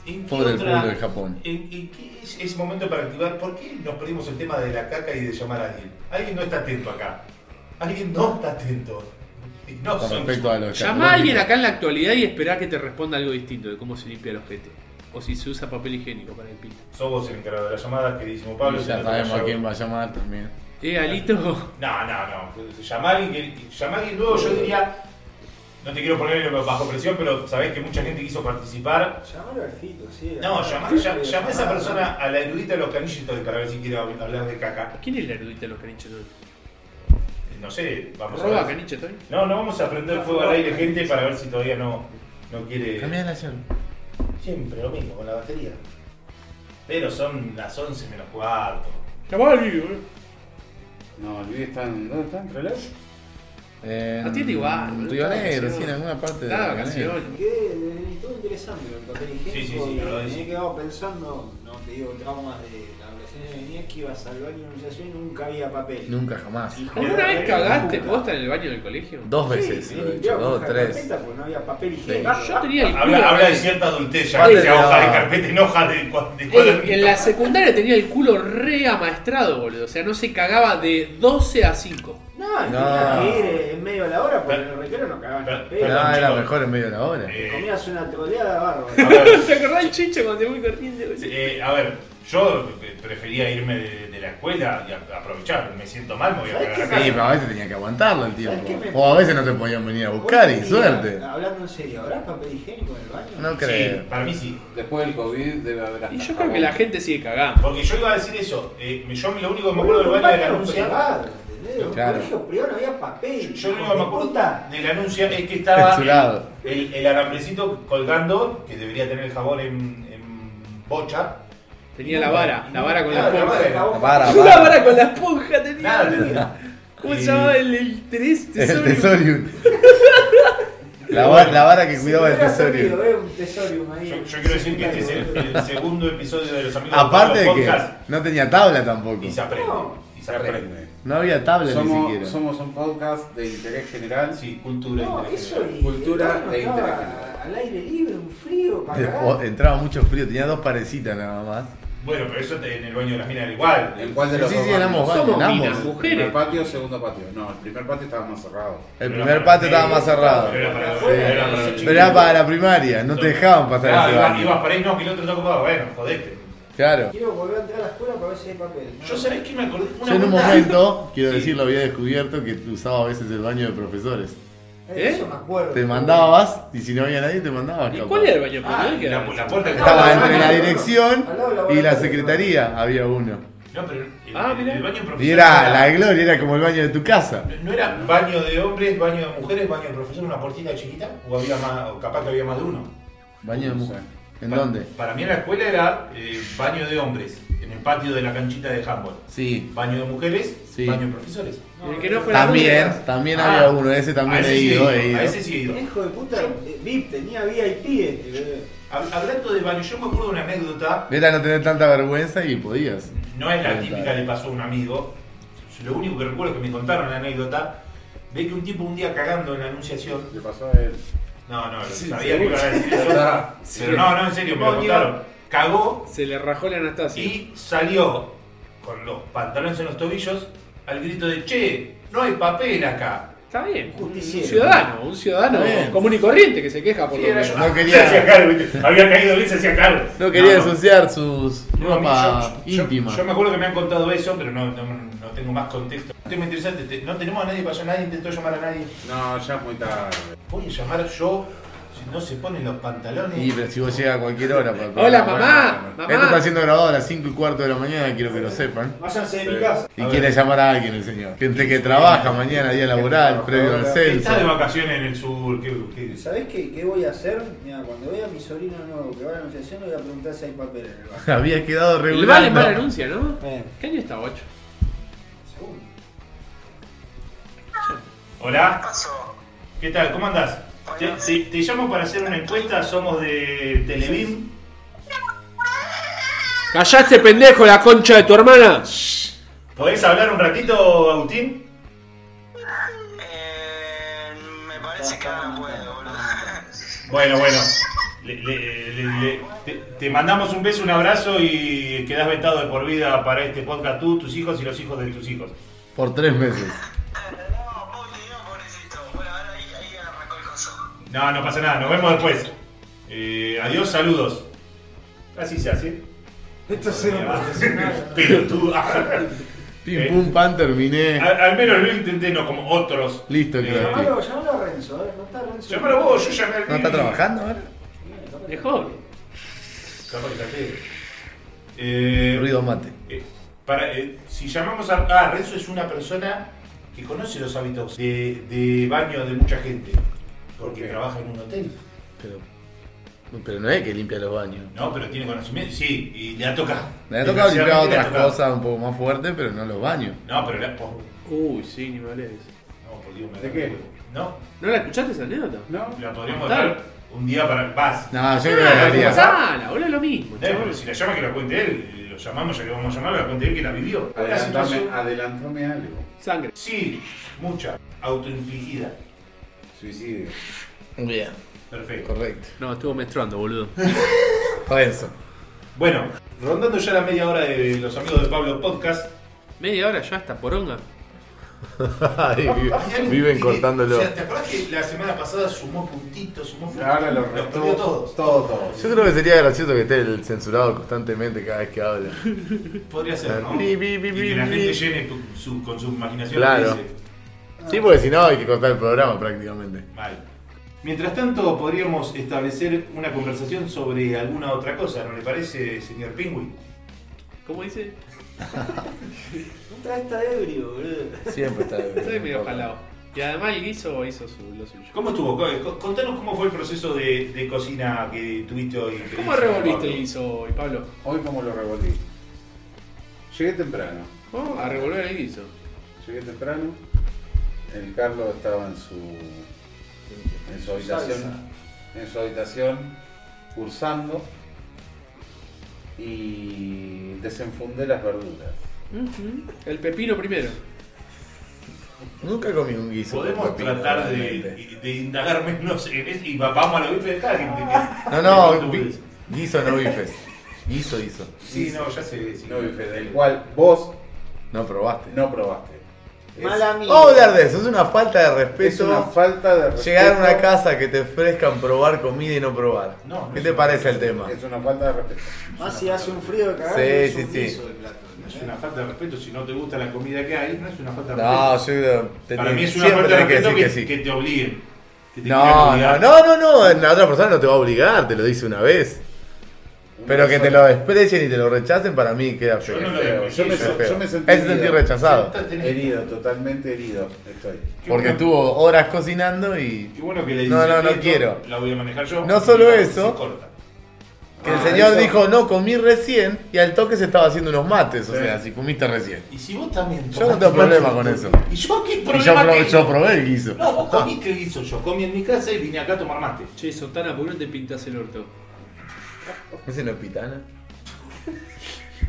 [SPEAKER 4] ¿En qué
[SPEAKER 5] Pobre el
[SPEAKER 4] otra-
[SPEAKER 5] pueblo de Japón.
[SPEAKER 4] en- en qué es, es momento para activar? ¿Por qué nos perdimos el tema de la caca y de llamar a alguien? Alguien no está atento acá. Alguien no está atento. Y No
[SPEAKER 5] Con
[SPEAKER 4] son-
[SPEAKER 5] respecto a los
[SPEAKER 6] Llama a alguien
[SPEAKER 5] catológicos.
[SPEAKER 6] acá en la actualidad y esperá que te responda algo distinto de cómo se limpia el ojete. O si se usa papel higiénico para el pito.
[SPEAKER 4] Sos vos el encargado de las llamadas, queridísimo Pablo.
[SPEAKER 5] Y ya
[SPEAKER 4] si no te
[SPEAKER 5] sabemos a
[SPEAKER 4] callado.
[SPEAKER 5] quién va a llamar también.
[SPEAKER 6] Eh, Alito.
[SPEAKER 4] No, no, no. Llamá a alguien que. Llamá a alguien nuevo, yo diría. No te quiero poner bajo presión, pero sabés que mucha gente quiso participar.
[SPEAKER 1] Llamalo al fito, sí.
[SPEAKER 4] No, llamá, llam- llamá a
[SPEAKER 1] Ah,
[SPEAKER 4] esa persona, a la erudita de los canillitos, para ver si quiere hab- hablar de caca.
[SPEAKER 6] ¿Quién es la erudita de los caniches hoy?
[SPEAKER 4] No sé, vamos
[SPEAKER 6] ¿Roba
[SPEAKER 4] a ver.
[SPEAKER 6] caniche hoy?
[SPEAKER 4] No, no vamos a prender fuego al aire, gente, para ver si todavía no, no quiere.
[SPEAKER 5] Cambiá la llave.
[SPEAKER 4] Siempre lo mismo, con la batería. Pero son las 11 menos cuarto.
[SPEAKER 6] eh. Llamá a alguien, boludo.
[SPEAKER 2] No, el está en. ¿Dónde está? ¿En Trelew?
[SPEAKER 5] En
[SPEAKER 6] Atiende igual, boludo,
[SPEAKER 5] Eh, Río
[SPEAKER 6] cada
[SPEAKER 5] Negro,
[SPEAKER 6] vacación.
[SPEAKER 5] sí, en alguna parte de
[SPEAKER 6] Cada
[SPEAKER 5] Río Negro.
[SPEAKER 6] vacación.
[SPEAKER 1] Qué todo eh, interesante el papel higiénico.
[SPEAKER 4] Sí, sí, sí,
[SPEAKER 1] y
[SPEAKER 4] pero
[SPEAKER 1] me
[SPEAKER 4] es-
[SPEAKER 1] he quedado pensando, no te digo traumas de la adolescencia de niñez que ibas al baño de una y nunca había papel.
[SPEAKER 5] Nunca jamás.
[SPEAKER 1] Hijo de
[SPEAKER 6] ¿Alguna
[SPEAKER 1] la
[SPEAKER 6] vez cagaste
[SPEAKER 1] puta.
[SPEAKER 6] posta en el baño del colegio?
[SPEAKER 5] Dos
[SPEAKER 1] Sí,
[SPEAKER 5] veces,
[SPEAKER 1] me
[SPEAKER 5] lo he hecho,
[SPEAKER 1] limpiaba
[SPEAKER 5] dos,
[SPEAKER 1] con
[SPEAKER 5] tres.
[SPEAKER 1] carpeta porque no había papel higiénico.
[SPEAKER 6] Yo tenía el culo. eh.
[SPEAKER 4] Habla, habla de cierta adultez, ya
[SPEAKER 5] Vale,
[SPEAKER 4] que sea
[SPEAKER 5] pero-
[SPEAKER 4] hoja de carpeta en hoja de, cua- de
[SPEAKER 6] Ey,
[SPEAKER 4] cuadernito. Eh,
[SPEAKER 6] en la secundaria tenía el culo re amaestrado, boludo. O sea, no se cagaba de 12 a 5.
[SPEAKER 1] No,
[SPEAKER 5] No.
[SPEAKER 1] tenía que ir en medio de la hora porque en
[SPEAKER 4] Pero-
[SPEAKER 1] el recreo no cagaban
[SPEAKER 4] pero-
[SPEAKER 1] papel.
[SPEAKER 4] Perdón,
[SPEAKER 5] Ah, era
[SPEAKER 4] chicos.
[SPEAKER 5] mejor en medio de la hora.
[SPEAKER 4] Eh,
[SPEAKER 1] Comías una troleada bárbara.
[SPEAKER 4] a ver,
[SPEAKER 6] ¿Te acordás del chicho cuando te voy corriendo? boludo?
[SPEAKER 4] eh, a ver, yo eh, prefería irme de, de la escuela y a- aprovechar. Me siento mal, me voy a
[SPEAKER 1] ¿Sabés
[SPEAKER 4] cagar
[SPEAKER 1] qué?
[SPEAKER 4] acá.
[SPEAKER 5] Sí, pero a veces tenía que aguantarlo el
[SPEAKER 1] ¿Sabes qué me-
[SPEAKER 5] tiempo. O a veces no te podían venir a buscar
[SPEAKER 1] Hoy
[SPEAKER 5] y
[SPEAKER 1] en día,
[SPEAKER 5] suerte.
[SPEAKER 1] Hablando en serio, ¿habrá papel higiénico en el baño?
[SPEAKER 5] No creo.
[SPEAKER 4] Sí, para mí sí.
[SPEAKER 2] Después del COVID debe haber hasta
[SPEAKER 6] Y yo creo que la
[SPEAKER 2] jabón.
[SPEAKER 6] gente sigue cagando.
[SPEAKER 4] Porque yo iba a decir eso. eh, yo lo único que me acuerdo del baño de la anuncia.
[SPEAKER 5] Claro.
[SPEAKER 1] privado no había papel.
[SPEAKER 4] Yo lo único que me
[SPEAKER 1] hijo de
[SPEAKER 4] acuerdo
[SPEAKER 1] puta.
[SPEAKER 4] del anuncio es que estaba
[SPEAKER 5] Texturado.
[SPEAKER 4] el, el, el alambrecito colgando, que debería tener el jabón en, en bocha.
[SPEAKER 6] Tenía la vara, la vara con la
[SPEAKER 4] Claro, la
[SPEAKER 6] esponja.
[SPEAKER 4] vara.
[SPEAKER 5] Para,
[SPEAKER 6] La
[SPEAKER 5] para.
[SPEAKER 6] vara con la esponja tenía.
[SPEAKER 4] Nada,
[SPEAKER 6] boludo.
[SPEAKER 4] tenía.
[SPEAKER 6] ¿Cómo se
[SPEAKER 4] Y-
[SPEAKER 6] llamaba el, el tres-
[SPEAKER 5] El
[SPEAKER 6] tesoro?
[SPEAKER 5] tesorium. La, va- la vara que cuidaba el
[SPEAKER 1] Si hubiera sabido,
[SPEAKER 5] tesorium.
[SPEAKER 1] eh, un tesorium ahí.
[SPEAKER 4] Yo, yo quiero decir que este es el, el segundo episodio de los amigos
[SPEAKER 5] Aparte
[SPEAKER 4] de
[SPEAKER 5] de
[SPEAKER 4] Pablo
[SPEAKER 5] que
[SPEAKER 4] Podcast
[SPEAKER 5] no tenía tabla tampoco.
[SPEAKER 4] y se aprende.
[SPEAKER 1] No.
[SPEAKER 4] Y se aprende.
[SPEAKER 5] No había tabla ni
[SPEAKER 2] Somos,
[SPEAKER 5] siquiera.
[SPEAKER 2] somos un podcast de interés general.
[SPEAKER 4] Sí, cultura
[SPEAKER 1] No, eso
[SPEAKER 4] intelectual.
[SPEAKER 1] y
[SPEAKER 2] Cultura
[SPEAKER 1] el baño
[SPEAKER 2] e
[SPEAKER 1] estaba
[SPEAKER 2] interés.
[SPEAKER 1] Al aire libre, un frío para
[SPEAKER 5] Eh,
[SPEAKER 1] cagar.
[SPEAKER 5] o- Entraba mucho frío, tenía dos parecitas nada más.
[SPEAKER 4] Bueno, pero eso te- en el baño de las minas era igual.
[SPEAKER 2] ¿En cuál de
[SPEAKER 5] Sí,
[SPEAKER 2] los
[SPEAKER 5] sí,
[SPEAKER 2] dos
[SPEAKER 5] sí,
[SPEAKER 2] baños?
[SPEAKER 5] éramos varios,
[SPEAKER 6] Somos
[SPEAKER 5] en ambos.
[SPEAKER 6] minas, mujeres.
[SPEAKER 2] Primer patio, segundo patio. No, el primer patio estaba más cerrado.
[SPEAKER 5] El
[SPEAKER 4] Pero
[SPEAKER 5] primer
[SPEAKER 4] era
[SPEAKER 5] patio
[SPEAKER 4] para-
[SPEAKER 5] estaba más cerrado.
[SPEAKER 4] Pero era para,
[SPEAKER 1] Sí.
[SPEAKER 4] era para los
[SPEAKER 1] Pero
[SPEAKER 5] Pero
[SPEAKER 4] chicos.
[SPEAKER 5] era para la primaria, no te dejaban pasar
[SPEAKER 4] Ah,
[SPEAKER 5] ese
[SPEAKER 4] iba-
[SPEAKER 5] baño.
[SPEAKER 4] Ibas para ahí, no, que el otro está ocupado. Bueno, jodete.
[SPEAKER 5] Claro.
[SPEAKER 1] Quiero volver a entrar a la escuela para ver si hay papel. ¿no?
[SPEAKER 4] Yo sabés que me acordé.
[SPEAKER 5] Yo en un
[SPEAKER 4] vuelta-
[SPEAKER 5] momento, quiero
[SPEAKER 4] Sí.
[SPEAKER 5] decirlo, había descubierto que usaba a veces el baño de profesores.
[SPEAKER 1] Eh, Eso me acuerdo.
[SPEAKER 5] Te mandabas y si no había nadie te mandabas.
[SPEAKER 6] ¿Y
[SPEAKER 5] capaz.
[SPEAKER 6] cuál era el baño?
[SPEAKER 4] Ah,
[SPEAKER 6] ¿Por qué
[SPEAKER 4] la,
[SPEAKER 6] era?
[SPEAKER 4] la puerta que
[SPEAKER 5] Estaba
[SPEAKER 1] Ah,
[SPEAKER 5] entre la
[SPEAKER 1] no, no,
[SPEAKER 5] dirección
[SPEAKER 1] no. Al lado de la
[SPEAKER 5] y la
[SPEAKER 1] guardería.
[SPEAKER 5] secretaría había uno.
[SPEAKER 4] No, pero el,
[SPEAKER 6] Ah, mirá.
[SPEAKER 4] el baño profesional.
[SPEAKER 5] Y era la gloria, era como el baño de tu casa.
[SPEAKER 4] ¿No era baño de hombres, baño de mujeres, baño de profesor, una puertita chiquita? ¿O había más, o capaz que había más de uno?
[SPEAKER 5] Baño de mujer. ¿En
[SPEAKER 4] Pa-
[SPEAKER 5] dónde?
[SPEAKER 4] Para mí en la escuela era eh, baño de hombres, en el patio de la canchita de handball.
[SPEAKER 5] Sí.
[SPEAKER 4] Baño de mujeres,
[SPEAKER 5] Sí.
[SPEAKER 4] baño de profesores.
[SPEAKER 6] El que no fuera
[SPEAKER 5] También, también
[SPEAKER 4] Ah.
[SPEAKER 5] había uno, ese también
[SPEAKER 4] a ese
[SPEAKER 5] he
[SPEAKER 4] sí
[SPEAKER 5] ido,
[SPEAKER 4] he
[SPEAKER 5] he
[SPEAKER 4] ido,
[SPEAKER 5] ido.
[SPEAKER 4] A ese sí he ido.
[SPEAKER 1] Hijo de puta, eh, VIP, tenía VIP este, bebé.
[SPEAKER 4] Hab- Hablando de baño, yo me acuerdo de una anécdota
[SPEAKER 5] Era no tener tanta vergüenza y podías.
[SPEAKER 4] No es la
[SPEAKER 5] Claro.
[SPEAKER 4] típica le pasó a un amigo. Lo único que recuerdo es que me contaron la anécdota de que un tipo un día cagando en la anunciación.
[SPEAKER 2] Le pasó a él.
[SPEAKER 4] No, no,
[SPEAKER 6] Sí,
[SPEAKER 4] sabía que iba a decir eso.
[SPEAKER 6] Sí.
[SPEAKER 4] Pero no, no, en serio, me lo
[SPEAKER 6] Coño.
[SPEAKER 4] contaron. Cagó
[SPEAKER 6] Se le rajó la Anastasia.
[SPEAKER 4] y salió con los pantalones en los tobillos al grito de che, no hay papel acá.
[SPEAKER 6] Está bien. Un
[SPEAKER 1] Justiciero.
[SPEAKER 6] ciudadano, un ciudadano
[SPEAKER 5] Está bien.
[SPEAKER 6] común y corriente que se queja por
[SPEAKER 4] Ah. Sí,
[SPEAKER 6] lo menos.
[SPEAKER 4] era yo.
[SPEAKER 5] No
[SPEAKER 4] Se hacía
[SPEAKER 5] quería,
[SPEAKER 4] cargo, ¿viste? había caído bien, se hacía cargo.
[SPEAKER 5] no quería
[SPEAKER 4] no.
[SPEAKER 5] ensuciar sus
[SPEAKER 4] No, a mí,
[SPEAKER 5] ropa
[SPEAKER 4] yo- yo-
[SPEAKER 5] íntima.
[SPEAKER 4] Yo, me acuerdo que me han contado eso, pero no, no, no tengo más contexto. Un tema interesante, te- no tenemos a nadie para allá, nadie intentó llamar a nadie.
[SPEAKER 2] No, ya es muy tarde.
[SPEAKER 4] Voy a llamar yo si no se ponen los pantalones.
[SPEAKER 5] Y pero si vos llegas a cualquier hora para
[SPEAKER 6] Hola, mamá, mamá.
[SPEAKER 5] Esto está siendo grabado a las 5 y cuarto de la mañana, quiero que lo sepan.
[SPEAKER 1] Váyanse de mi casa.
[SPEAKER 5] Y quiere llamar a alguien el señor. Gente que trabaja mañana, día laboral, previo al censo.
[SPEAKER 4] Está de vacaciones en el sur, ¿qué, qué-
[SPEAKER 1] ¿Sabés qué, qué voy a hacer? Mira, cuando vea a mi sobrino nuevo que va a la anunciación, le voy a preguntar si hay papel en el baño.
[SPEAKER 5] Había quedado
[SPEAKER 6] El vale mal
[SPEAKER 5] regular.
[SPEAKER 6] anuncia, ¿no?
[SPEAKER 1] Eh,
[SPEAKER 6] ¿Qué año está 8?
[SPEAKER 1] segundo.
[SPEAKER 4] Hola,
[SPEAKER 7] pasó?
[SPEAKER 4] ¿qué tal? ¿Cómo andás? Te, te- te llamo para hacer una encuesta, somos de Televín.
[SPEAKER 6] ¡Callaste, pendejo, la concha de tu hermana!
[SPEAKER 4] ¿Podés hablar un ratito, Agustín?
[SPEAKER 7] Eh, me parece que ahora puedo, boludo.
[SPEAKER 4] Bueno, bueno. Le- le- le- le- te, te mandamos un beso, un abrazo y quedás vetado de por vida para este podcast tú, tus hijos y los hijos de tus hijos.
[SPEAKER 5] Por tres meses.
[SPEAKER 7] No, Poti, no, pobrecito. Bueno, ahora ahí, ahí arrancó el coso.
[SPEAKER 4] No, no pasa nada, nos vemos después. Eh, adiós, saludos. Así se hace.
[SPEAKER 1] Esto se lo
[SPEAKER 4] Pero tú.
[SPEAKER 5] Pim pum pan terminé.
[SPEAKER 4] Al, al menos lo intenté, no como otros.
[SPEAKER 5] Listo, creo.
[SPEAKER 1] Llamalo, llamalo a Renzo, eh, no está Renzo.
[SPEAKER 4] Llámalo vos, yo llamé al
[SPEAKER 5] ¿No está trabajando ahora?
[SPEAKER 6] Dejó.
[SPEAKER 4] Capaz que saqué. Eh,
[SPEAKER 5] Ruido mate.
[SPEAKER 4] eh, para, eh, si llamamos a. Ah, Renzo es una persona que conoce los hábitos de, de baño de mucha gente. Porque
[SPEAKER 2] Ok.
[SPEAKER 4] trabaja en un hotel.
[SPEAKER 5] Pero Pero no es que limpia los baños.
[SPEAKER 4] No, pero tiene conocimiento. Sí, y le ha tocado.
[SPEAKER 5] Me ha tocado limpiar
[SPEAKER 4] Desgraciadamente le ha
[SPEAKER 5] otras
[SPEAKER 4] tocado.
[SPEAKER 5] cosas un poco más fuertes, pero no los baños.
[SPEAKER 4] No, pero le ha. oh,
[SPEAKER 6] Uy, sí, ni me hablé de eso.
[SPEAKER 4] No, por Dios, me
[SPEAKER 2] ¿De qué?
[SPEAKER 4] No,
[SPEAKER 6] ¿No la escuchaste esa anécdota?
[SPEAKER 2] ¿No?
[SPEAKER 4] la podríamos
[SPEAKER 6] Está.
[SPEAKER 4] dejar un día para. Vas.
[SPEAKER 5] No, yo creo que la
[SPEAKER 4] debería.
[SPEAKER 5] haría.
[SPEAKER 6] Pasala, ahora es lo mismo.
[SPEAKER 4] Eh,
[SPEAKER 6] chabón.
[SPEAKER 4] pero si la llama que la cuente él, eh, lo llamamos ya que vamos a llamar, la cuente él que la vivió. La
[SPEAKER 2] Adelantame,
[SPEAKER 4] situación-
[SPEAKER 2] adelantame algo.
[SPEAKER 6] Sangre.
[SPEAKER 4] Sí, mucha. Autoinfligida.
[SPEAKER 2] Suicidio.
[SPEAKER 5] Bien,
[SPEAKER 4] Perfecto.
[SPEAKER 5] correcto.
[SPEAKER 6] No, estuvo menstruando, boludo.
[SPEAKER 5] Renzo.
[SPEAKER 4] Bueno, rondando ya la media hora de los amigos de Pablo Podcast.
[SPEAKER 6] Media hora ya hasta poronga.
[SPEAKER 5] Ay, vi-
[SPEAKER 4] Ay, Ah, alguien
[SPEAKER 5] Viven
[SPEAKER 4] tiene-
[SPEAKER 5] cortándolo.
[SPEAKER 4] o sea, ¿Te acordás que la semana pasada sumó puntitos, sumó puntitos?
[SPEAKER 2] Ahora lo
[SPEAKER 4] Los
[SPEAKER 2] restó
[SPEAKER 4] perdió todos.
[SPEAKER 2] todo, todo.
[SPEAKER 5] Yo creo que sería gracioso que esté el censurado constantemente cada vez que habla.
[SPEAKER 4] Podría ser, ¿no?
[SPEAKER 5] Bi, bi, bi,
[SPEAKER 4] y
[SPEAKER 5] bi,
[SPEAKER 4] que la
[SPEAKER 5] bi.
[SPEAKER 4] gente llene tu- su- con su imaginación.
[SPEAKER 5] Claro.
[SPEAKER 4] lo que dice.
[SPEAKER 5] Sí, porque si no hay que cortar el programa prácticamente.
[SPEAKER 4] Mal. Mientras tanto, podríamos establecer una conversación sobre alguna otra cosa, ¿no le parece, señor Pingüin?
[SPEAKER 6] ¿Cómo dice?
[SPEAKER 1] Otra vez está ebrio, boludo.
[SPEAKER 5] Siempre está de
[SPEAKER 6] Estoy medio jalado. Y además el guiso hizo su- lo suyo.
[SPEAKER 4] ¿Cómo estuvo? Co- co- Contanos cómo fue el proceso de, de cocina que tuviste hoy.
[SPEAKER 6] ¿Cómo revolviste el guiso hoy, Pablo?
[SPEAKER 2] Hoy como lo revolví. Llegué temprano.
[SPEAKER 6] ¿Cómo? A revolver el guiso.
[SPEAKER 2] Llegué temprano. El Carlos estaba en su. en su habitación. En su habitación cursando. Y desenfundé las verduras.
[SPEAKER 6] El pepino primero.
[SPEAKER 5] Nunca comí un guiso. con
[SPEAKER 4] Podemos
[SPEAKER 5] pepino,
[SPEAKER 4] tratar
[SPEAKER 5] realmente.
[SPEAKER 4] de, de indagar menos en eso y va- vamos a los bifes de Hagen.
[SPEAKER 5] No, no, bi- guiso no bifes. Guiso, guiso.
[SPEAKER 4] pues, Sí, no, ya sé. sí.
[SPEAKER 2] No, bife, del cual vos
[SPEAKER 5] No probaste.
[SPEAKER 2] no probaste. Es-
[SPEAKER 1] Mala mía.
[SPEAKER 5] Vamos a hablar de eso, es una falta de respeto.
[SPEAKER 2] Es una falta de respeto.
[SPEAKER 5] Llegar a una casa que te ofrezcan probar comida y no probar.
[SPEAKER 4] No, no
[SPEAKER 5] ¿Qué
[SPEAKER 4] es
[SPEAKER 5] te
[SPEAKER 4] una-
[SPEAKER 5] parece el tema?
[SPEAKER 2] Es una falta de respeto.
[SPEAKER 1] Más si hace un frío de cagar.
[SPEAKER 5] Sí,
[SPEAKER 1] es
[SPEAKER 5] sí,
[SPEAKER 1] un
[SPEAKER 5] sí.
[SPEAKER 1] guiso de ¿eh? plato,
[SPEAKER 4] No
[SPEAKER 1] ¿entendés?
[SPEAKER 4] es una falta de respeto, si no te gusta la comida que hay, no es una falta de
[SPEAKER 5] No,
[SPEAKER 4] respeto.
[SPEAKER 5] yo creo- te-
[SPEAKER 4] Para
[SPEAKER 5] te-
[SPEAKER 4] mí es una
[SPEAKER 5] siempre
[SPEAKER 4] falta de
[SPEAKER 5] tenés que
[SPEAKER 4] respeto que,
[SPEAKER 5] decir que sí.
[SPEAKER 4] que te obliguen. que te quieran
[SPEAKER 5] No, no,
[SPEAKER 4] obligar.
[SPEAKER 5] no, no, no, la otra persona no te va a obligar, te lo dice una vez. Pero que te lo desprecien y te lo rechacen, para mí queda
[SPEAKER 4] Yo
[SPEAKER 5] feo.
[SPEAKER 4] no lo
[SPEAKER 5] feo,
[SPEAKER 4] desprecio,
[SPEAKER 5] es
[SPEAKER 4] yo me-
[SPEAKER 5] feo.
[SPEAKER 2] yo me sentí
[SPEAKER 5] Es sentir
[SPEAKER 2] herido.
[SPEAKER 5] rechazado.
[SPEAKER 4] Tenés-
[SPEAKER 2] Herido, Ah, totalmente herido estoy.
[SPEAKER 4] Qué
[SPEAKER 5] Porque
[SPEAKER 4] bueno-
[SPEAKER 5] estuvo horas cocinando y
[SPEAKER 4] Qué bueno que le
[SPEAKER 5] No,
[SPEAKER 4] dices
[SPEAKER 5] no, no
[SPEAKER 4] esto,
[SPEAKER 5] quiero.
[SPEAKER 4] La voy a manejar yo.
[SPEAKER 5] No solo
[SPEAKER 4] Y se
[SPEAKER 5] eso.
[SPEAKER 4] corta.
[SPEAKER 5] que el
[SPEAKER 2] Ah,
[SPEAKER 5] señor
[SPEAKER 2] eso.
[SPEAKER 5] dijo, no, comí recién y al toque se estaba haciendo unos mates, o
[SPEAKER 2] Sí.
[SPEAKER 5] sea, si comiste recién.
[SPEAKER 4] Y si vos también.
[SPEAKER 5] Yo no
[SPEAKER 4] tomaste
[SPEAKER 5] tengo problema
[SPEAKER 4] mate,
[SPEAKER 5] con
[SPEAKER 4] tú-
[SPEAKER 5] eso.
[SPEAKER 4] ¿Y yo qué
[SPEAKER 5] Y yo,
[SPEAKER 4] problema
[SPEAKER 5] pro-
[SPEAKER 4] tengo?
[SPEAKER 5] yo probé el guiso.
[SPEAKER 4] No, vos comí qué guiso yo. Comí en mi casa y vine acá a tomar mate.
[SPEAKER 6] Che, Sotana, ¿por qué no te pintas el orto?
[SPEAKER 5] ¿Ese no es pitana?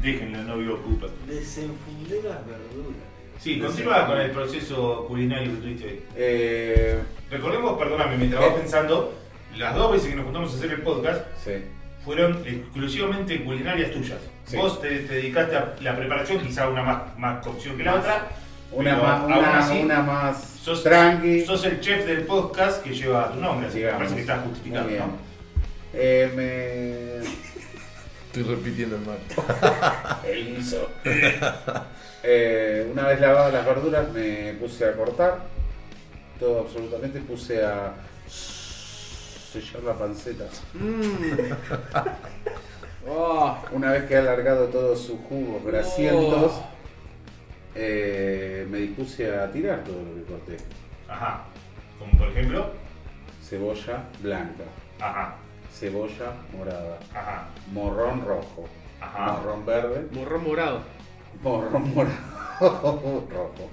[SPEAKER 4] Déjenlo, no vivo ocupas.
[SPEAKER 1] Desenfundé las verduras.
[SPEAKER 4] Sí, continúa con el proceso culinario que tuviste hoy.
[SPEAKER 2] Eh,
[SPEAKER 4] Recordemos, perdóname, mientras
[SPEAKER 2] ¿Qué?
[SPEAKER 4] vas pensando, las dos veces que nos juntamos a hacer el podcast
[SPEAKER 2] sí.
[SPEAKER 4] fueron exclusivamente culinarias tuyas.
[SPEAKER 2] Sí.
[SPEAKER 4] Vos te, te dedicaste a la preparación, quizá una más, más cocción que la otra.
[SPEAKER 2] Una
[SPEAKER 4] pero
[SPEAKER 2] más,
[SPEAKER 4] aún
[SPEAKER 2] una,
[SPEAKER 4] así,
[SPEAKER 2] una más
[SPEAKER 4] Sos,
[SPEAKER 2] tranqui.
[SPEAKER 4] sos el chef del podcast que lleva tu nombre, así que me
[SPEAKER 2] digamos.
[SPEAKER 4] parece que está justificado,
[SPEAKER 2] Muy bien.
[SPEAKER 4] ¿no?
[SPEAKER 2] Eh,
[SPEAKER 5] Estoy repitiendo el mate.
[SPEAKER 2] me... El guiso. Eh, una vez lavadas las verduras me puse a cortar. Todo absolutamente puse a sellar la panceta.
[SPEAKER 6] Mm. Oh,
[SPEAKER 2] Una vez que ha alargado todos sus jugos grasientos,
[SPEAKER 4] Oh.
[SPEAKER 2] eh, me dispuse a tirar todo lo que corté.
[SPEAKER 4] Ajá. Como por ejemplo,
[SPEAKER 2] Cebolla blanca,
[SPEAKER 4] ajá,
[SPEAKER 2] cebolla morada,
[SPEAKER 4] ajá,
[SPEAKER 2] morrón rojo,
[SPEAKER 4] Ajá.
[SPEAKER 2] morrón verde,
[SPEAKER 6] morrón morado.
[SPEAKER 2] morrón morado rojo,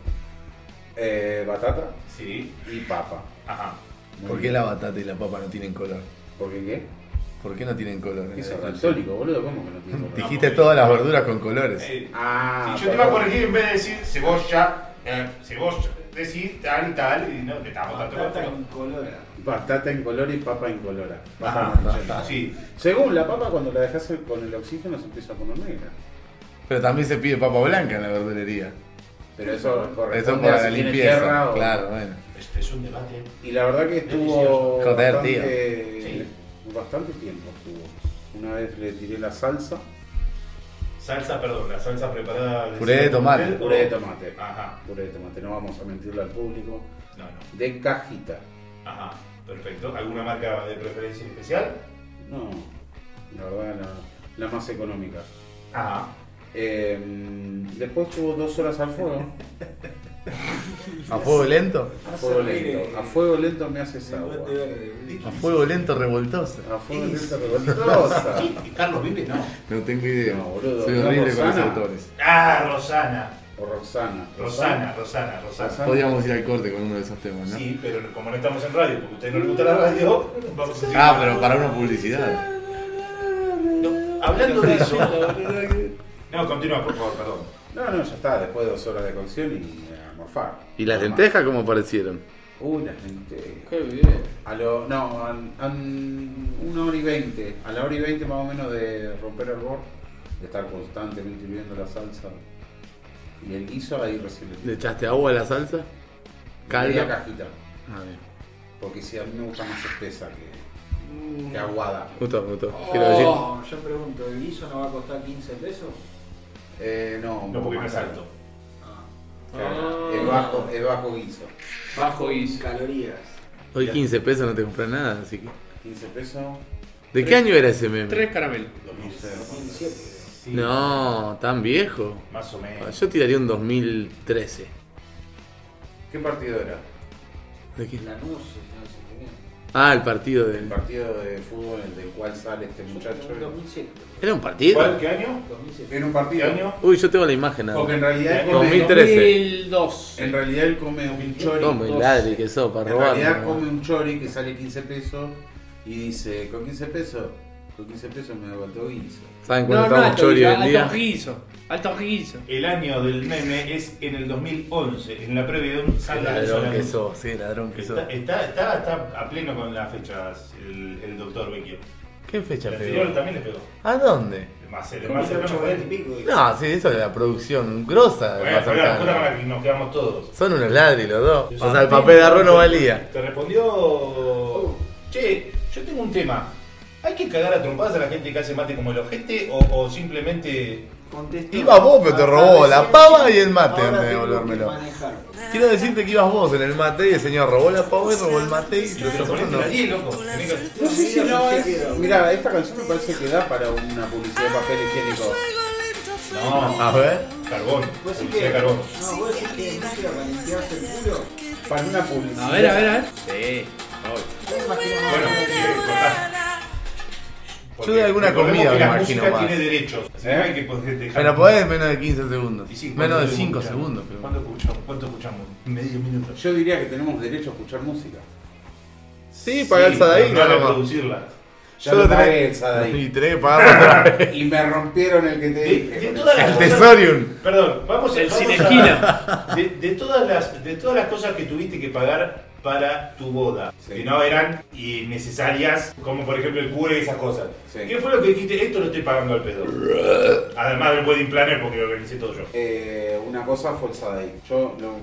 [SPEAKER 2] eh, batata
[SPEAKER 4] sí,
[SPEAKER 2] y papa.
[SPEAKER 4] ajá.
[SPEAKER 2] Muy
[SPEAKER 5] ¿Por qué
[SPEAKER 2] bien.
[SPEAKER 5] la Eh, batata y la papa no tienen color?
[SPEAKER 2] ¿Por qué qué?
[SPEAKER 5] ¿Por qué no tienen color?
[SPEAKER 2] ¿Qué sos católico, boludo? ¿Cómo que no tiene color?
[SPEAKER 5] Dijiste todas las verduras con colores.
[SPEAKER 4] Eh,
[SPEAKER 2] Ah,
[SPEAKER 4] si yo te iba a
[SPEAKER 2] perdón.
[SPEAKER 4] corregir en vez de decir cebolla, eh, cebolla, decir tal y tal, y no te estamos tanto
[SPEAKER 1] Batata
[SPEAKER 4] pero-
[SPEAKER 1] incolora.
[SPEAKER 2] Batata incolora y papa incolora.
[SPEAKER 4] Ajá, sí.
[SPEAKER 2] Según la papa, cuando la dejas con el oxígeno se empieza a poner negra.
[SPEAKER 5] Pero también se pide papa blanca en la verdulería.
[SPEAKER 2] Pero eso
[SPEAKER 5] Eso
[SPEAKER 2] corresponde
[SPEAKER 5] para
[SPEAKER 2] a
[SPEAKER 5] la
[SPEAKER 2] si tiene
[SPEAKER 5] limpieza.
[SPEAKER 2] tierra o-
[SPEAKER 5] Claro, bueno.
[SPEAKER 4] Este es un debate.
[SPEAKER 2] Y la verdad que estuvo
[SPEAKER 4] Delicioso.
[SPEAKER 5] Joder,
[SPEAKER 2] bastante,
[SPEAKER 4] Sí.
[SPEAKER 2] bastante tiempo. Estuvo. Una vez le tiré la salsa,
[SPEAKER 4] Salsa, perdón, la salsa preparada.
[SPEAKER 5] Puré de tomate.
[SPEAKER 2] puré de tomate.
[SPEAKER 4] Ajá,
[SPEAKER 2] Puré de tomate, no vamos a mentirle al público.
[SPEAKER 4] no, no.
[SPEAKER 2] De cajita.
[SPEAKER 4] Ajá, perfecto. ¿Alguna marca de preferencia especial?
[SPEAKER 2] No, la verdad, la, la más económica. Em,
[SPEAKER 4] Ajá.
[SPEAKER 2] Eh, después estuvo dos horas al fuego.
[SPEAKER 5] ¿A fuego lento?
[SPEAKER 2] A fuego lento. A fuego lento me haces
[SPEAKER 1] Se
[SPEAKER 2] agua.
[SPEAKER 1] mete verde.
[SPEAKER 5] A fuego lento revoltosa.
[SPEAKER 2] A fuego lento revoltosa.
[SPEAKER 4] ¿Y Carlos Vives? No.
[SPEAKER 5] No tengo idea.
[SPEAKER 2] No, boludo,
[SPEAKER 5] Soy
[SPEAKER 2] no,
[SPEAKER 5] horrible con los
[SPEAKER 2] Rosana.
[SPEAKER 5] autores.
[SPEAKER 4] Ah, Rosana.
[SPEAKER 2] O Roxana.
[SPEAKER 4] Rosana, Rosana, Rosana.
[SPEAKER 5] Podríamos ir al corte con uno de esos temas, ¿no?
[SPEAKER 4] Sí, pero como no estamos en radio, porque a usted no le gusta la radio, vamos a seguir.
[SPEAKER 5] Ah, pero para una publicidad.
[SPEAKER 4] No, hablando de eso. No, continúa, por favor, perdón.
[SPEAKER 2] No, no, ya está. Después de dos horas de cocción y a morfar.
[SPEAKER 5] ¿Y las
[SPEAKER 2] Normal.
[SPEAKER 5] lentejas cómo parecieron?
[SPEAKER 2] Uy, las lentejas.
[SPEAKER 6] Qué bien.
[SPEAKER 2] A lo, no, a, a una hora y veinte. A la hora y veinte más o menos de romper el borde. De estar constantemente hirviendo la salsa. Y el guiso ahí recién
[SPEAKER 5] ¿Le echaste agua a la salsa?
[SPEAKER 2] Media
[SPEAKER 5] Calda.
[SPEAKER 2] cajita.
[SPEAKER 5] Ah, bien.
[SPEAKER 2] Porque si a mí me gusta más espesa que, que aguada.
[SPEAKER 5] Justo, justo. Quiero decir.
[SPEAKER 1] Oh, yo pregunto, ¿el guiso no va a costar 15 pesos?
[SPEAKER 2] Eh, no, un
[SPEAKER 4] No,
[SPEAKER 2] poco
[SPEAKER 4] porque me
[SPEAKER 2] más
[SPEAKER 4] salto.
[SPEAKER 2] alto.
[SPEAKER 1] Ah,
[SPEAKER 6] Ah.
[SPEAKER 2] Claro, Es, bajo, es bajo guiso.
[SPEAKER 6] Bajo guiso.
[SPEAKER 1] calorías.
[SPEAKER 5] Hoy 15 pesos no te compras nada, así que.
[SPEAKER 2] 15 pesos.
[SPEAKER 5] ¿De qué año era ese meme?
[SPEAKER 6] Tres caramelos.
[SPEAKER 1] 17.
[SPEAKER 4] Sí,
[SPEAKER 5] No, tan viejo.
[SPEAKER 4] Más o
[SPEAKER 5] Ah,
[SPEAKER 4] menos.
[SPEAKER 5] Yo tiraría un 2013.
[SPEAKER 2] ¿Qué partido era?
[SPEAKER 5] ¿De qué?
[SPEAKER 1] Lanús, no sé qué bien.
[SPEAKER 5] Ah, el partido
[SPEAKER 2] El
[SPEAKER 5] del.
[SPEAKER 2] partido de fútbol en el del cual sale este muchacho.
[SPEAKER 1] 2007.
[SPEAKER 4] eh.
[SPEAKER 5] ¿Era un partido?
[SPEAKER 4] ¿Cuál? ¿Qué año?
[SPEAKER 1] 2007.
[SPEAKER 2] En un
[SPEAKER 4] ¿Qué
[SPEAKER 2] partido.
[SPEAKER 4] año?
[SPEAKER 5] Uy, yo tengo la imagen
[SPEAKER 2] Porque
[SPEAKER 5] ahora.
[SPEAKER 2] en realidad él come,
[SPEAKER 5] 2003.
[SPEAKER 6] 2002.
[SPEAKER 2] en realidad él come un chori.
[SPEAKER 5] No, me ladri que sos para
[SPEAKER 2] En
[SPEAKER 5] robar.
[SPEAKER 2] realidad
[SPEAKER 5] ¿no?
[SPEAKER 2] come un chori que sale 15 pesos y dice, ¿con 15 pesos? Con 15 pesos me devuelto guiso.
[SPEAKER 5] ¿Saben
[SPEAKER 6] No,
[SPEAKER 5] cuánto
[SPEAKER 6] no,
[SPEAKER 5] estaba un
[SPEAKER 6] alto,
[SPEAKER 5] chori
[SPEAKER 6] guiso,
[SPEAKER 5] hoy en día?
[SPEAKER 6] alto guiso. Alto guiso.
[SPEAKER 4] El año del meme es en el 2011, en la previa de un
[SPEAKER 5] Qué
[SPEAKER 4] salto de
[SPEAKER 5] ladrón que
[SPEAKER 4] Solano.
[SPEAKER 5] sos, sí, ladrón que sos.
[SPEAKER 4] Está, está, está, está a pleno con las fechas el, el doctor Vecchio.
[SPEAKER 5] ¿Qué fecha
[SPEAKER 4] El anterior
[SPEAKER 5] pegó?
[SPEAKER 4] también le pegó.
[SPEAKER 5] ¿A dónde?
[SPEAKER 4] El más el
[SPEAKER 1] Con
[SPEAKER 4] más el-
[SPEAKER 1] 8 y pico. y-
[SPEAKER 5] No, sí, eso es la producción grosa de
[SPEAKER 4] Bueno, pero la puta con
[SPEAKER 5] Mazarcano.
[SPEAKER 4] la que nos quedamos todos.
[SPEAKER 5] Son unos ladri los dos. O sea, el
[SPEAKER 4] Santín,
[SPEAKER 5] papel de arroz no valía.
[SPEAKER 4] Te respondió. Che, yo tengo un tema. ¿Hay que cagar a trompadas a la gente que hace mate como el ojete o, o simplemente.?
[SPEAKER 1] Contestó.
[SPEAKER 5] Ibas vos, pero te robó
[SPEAKER 1] Hasta
[SPEAKER 5] la
[SPEAKER 1] recién-
[SPEAKER 5] pava y el mate,
[SPEAKER 1] Ahora tengo
[SPEAKER 5] de
[SPEAKER 1] que
[SPEAKER 5] devolvérmelo.
[SPEAKER 1] manejar.
[SPEAKER 5] Quiero decirte que ibas vos en el mate y el señor robó la pava y robó el mate y
[SPEAKER 4] Pero
[SPEAKER 5] lo otros
[SPEAKER 4] ponete
[SPEAKER 5] no.
[SPEAKER 4] la 10, loco. Tenés que-
[SPEAKER 2] No sé si no
[SPEAKER 1] Sí,
[SPEAKER 2] es...
[SPEAKER 1] sí.
[SPEAKER 2] Mira, esta canción me parece que da para una publicidad de papel higiénico.
[SPEAKER 4] No, ah.
[SPEAKER 5] A ver.
[SPEAKER 1] Vos
[SPEAKER 4] carbón.
[SPEAKER 1] decís
[SPEAKER 4] publicidad
[SPEAKER 1] que-
[SPEAKER 4] de carbón.
[SPEAKER 1] No, vos decís que no quiero calentearse el culo.
[SPEAKER 2] Para una publicidad.
[SPEAKER 6] A ver, a ver, a ver. Sí.
[SPEAKER 1] Yo imagino más
[SPEAKER 4] Bueno,
[SPEAKER 1] o menos-
[SPEAKER 4] eh, cortá. Porque
[SPEAKER 5] Yo de alguna
[SPEAKER 4] recordemos
[SPEAKER 5] comida
[SPEAKER 4] que
[SPEAKER 5] me
[SPEAKER 4] la
[SPEAKER 5] imagino
[SPEAKER 4] música
[SPEAKER 5] más.
[SPEAKER 4] tiene derechos. Así que no hay que poder dejar-
[SPEAKER 5] Pero podés menos de 15 segundos.
[SPEAKER 4] Y sí, ¿cuánto
[SPEAKER 5] menos de
[SPEAKER 4] debemos
[SPEAKER 5] 5
[SPEAKER 4] escuchar?
[SPEAKER 5] segundos. pero-
[SPEAKER 4] ¿Cuánto escuchamos? ¿Cuánto escuchamos? Medio minuto.
[SPEAKER 2] Yo diría que tenemos derecho a escuchar música.
[SPEAKER 5] Sí, pagar el
[SPEAKER 4] Sí,
[SPEAKER 5] Sadaí.
[SPEAKER 4] No
[SPEAKER 5] No,
[SPEAKER 4] a
[SPEAKER 5] no.
[SPEAKER 4] reproducirla.
[SPEAKER 2] Ya lo pagué el Sadaí.
[SPEAKER 5] Y tenés que pagar
[SPEAKER 2] Y me rompieron el que te
[SPEAKER 4] De-
[SPEAKER 2] dije.
[SPEAKER 4] de
[SPEAKER 2] con
[SPEAKER 4] todas
[SPEAKER 2] el-
[SPEAKER 4] las
[SPEAKER 5] el
[SPEAKER 4] cosas-
[SPEAKER 5] Tesorium.
[SPEAKER 4] Perdón, vamos, a-
[SPEAKER 6] El
[SPEAKER 4] vamos
[SPEAKER 6] sin
[SPEAKER 4] a-
[SPEAKER 6] esquina.
[SPEAKER 4] De, de todas las, de todas las cosas que tuviste que pagar para tu boda,
[SPEAKER 2] Sí.
[SPEAKER 4] que no eran innecesarias, como por ejemplo el cura y esas cosas.
[SPEAKER 2] Sí.
[SPEAKER 4] ¿Qué fue lo que dijiste? Esto lo estoy pagando al pedo. Además del wedding planner, porque lo organicé todo yo.
[SPEAKER 2] Eh, una cosa fue el Sadaí. Yo no,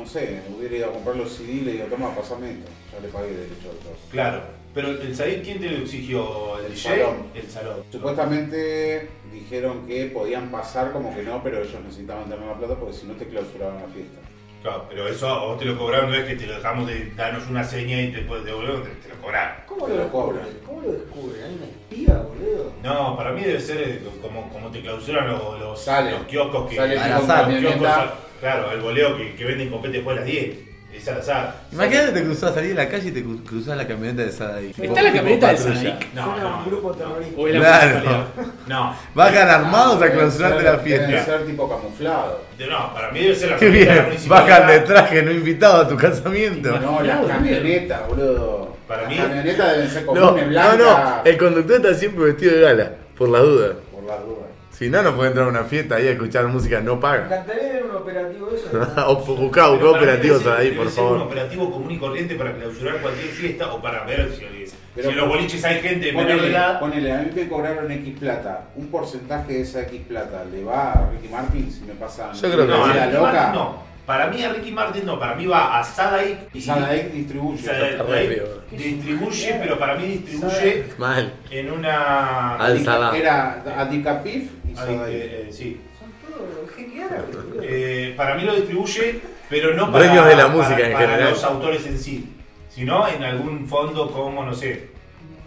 [SPEAKER 2] no sé, hubiera ido a comprar los CD y le digo, toma, pasame esto. Ya le pagué derecho a autor.
[SPEAKER 4] Claro. Pero el Said, ¿quién te lo exigió? ¿El,
[SPEAKER 2] El
[SPEAKER 4] DJ?
[SPEAKER 2] salón.
[SPEAKER 4] El salón.
[SPEAKER 2] Supuestamente dijeron que podían pasar como que no, pero ellos necesitaban tener la plata porque si no te clausuraban la fiesta.
[SPEAKER 4] Claro, pero eso a vos te lo cobraron, no es que te lo dejamos de darnos una seña y te puedes devolver, te, te lo cobraron.
[SPEAKER 1] ¿Cómo
[SPEAKER 6] eh,
[SPEAKER 1] lo descubre? ¿Cómo lo descubre? ¿Hay una espía, boludo?
[SPEAKER 4] No, para mí debe ser eh, como, como te clausuran los, los,
[SPEAKER 2] Sale.
[SPEAKER 4] los kioscos que.
[SPEAKER 2] Sale
[SPEAKER 4] los
[SPEAKER 5] al azar,
[SPEAKER 4] kioscos
[SPEAKER 2] violenta.
[SPEAKER 4] sal- claro, el boleo que, que venden copete después de las 10. Es al azar.
[SPEAKER 5] Imagínate que te cruzás, salís de la calle y te cru- cruzás la camioneta de Sadaí.
[SPEAKER 6] ¿Está la camioneta de Sadaí?
[SPEAKER 1] Suena
[SPEAKER 4] No,
[SPEAKER 1] a un
[SPEAKER 4] no.
[SPEAKER 1] grupo terrorista.
[SPEAKER 6] O el
[SPEAKER 5] Claro.
[SPEAKER 4] No.
[SPEAKER 5] Bajan armados a
[SPEAKER 2] Deben
[SPEAKER 5] clausurarte
[SPEAKER 2] ser-
[SPEAKER 5] la
[SPEAKER 2] Deben
[SPEAKER 5] fiesta.
[SPEAKER 2] ser tipo camuflado.
[SPEAKER 4] De- No, para mí debe ser la
[SPEAKER 5] Qué
[SPEAKER 4] camioneta de la
[SPEAKER 5] bien.
[SPEAKER 4] municipalidad.
[SPEAKER 5] Bajan de traje, no invitado a tu casamiento. No,
[SPEAKER 2] No, las camionetas, boludo.
[SPEAKER 4] Para
[SPEAKER 2] las
[SPEAKER 4] mí-
[SPEAKER 2] camionetas deben ser
[SPEAKER 5] no,
[SPEAKER 2] comunes, blancas.
[SPEAKER 5] no. El conductor está siempre vestido de gala, por la duda.
[SPEAKER 2] Por las
[SPEAKER 4] Eh,
[SPEAKER 2] dudas.
[SPEAKER 5] Si no, no puede entrar a una fiesta ahí a escuchar música, no
[SPEAKER 1] Me
[SPEAKER 5] paga.
[SPEAKER 1] encantaría ver un operativo de eso.
[SPEAKER 5] o buscá, buscá
[SPEAKER 4] Pero para mí
[SPEAKER 5] operativos
[SPEAKER 4] debe ser-
[SPEAKER 5] ahí,
[SPEAKER 4] debe
[SPEAKER 5] por
[SPEAKER 4] ser un
[SPEAKER 5] favor.
[SPEAKER 4] operativo común y corriente para clausurar cualquier fiesta o para ver si, si
[SPEAKER 2] Pero-
[SPEAKER 4] en los boliches hay gente de menor
[SPEAKER 2] Ponele,
[SPEAKER 4] edad.
[SPEAKER 2] ponele, a mí me cobraron X plata. Un porcentaje de esa X plata le va a Ricky Martin si me pasa
[SPEAKER 5] Yo creo que
[SPEAKER 4] No,
[SPEAKER 5] sí.
[SPEAKER 4] a
[SPEAKER 2] la
[SPEAKER 4] Ricky
[SPEAKER 2] loca.
[SPEAKER 4] Martin no. Para mí a Ricky Martin no, para mí va a Sadaik
[SPEAKER 2] Y Sadaek distribuye.
[SPEAKER 5] Está re frío.
[SPEAKER 4] distribuye, pero para mí distribuye
[SPEAKER 5] Mal.
[SPEAKER 4] en una...
[SPEAKER 5] Al
[SPEAKER 2] Dica-
[SPEAKER 5] Sadá.
[SPEAKER 2] Era Adicapif y
[SPEAKER 4] Ahí,
[SPEAKER 2] Sadaek.
[SPEAKER 4] eh, eh, sí.
[SPEAKER 1] Son todos geniales, boludo.
[SPEAKER 4] Eh, para mí lo distribuye, pero no para,
[SPEAKER 5] Dueños de la música
[SPEAKER 4] para-
[SPEAKER 5] en
[SPEAKER 4] para
[SPEAKER 5] general.
[SPEAKER 4] los autores en sí, sino en algún fondo como, no sé,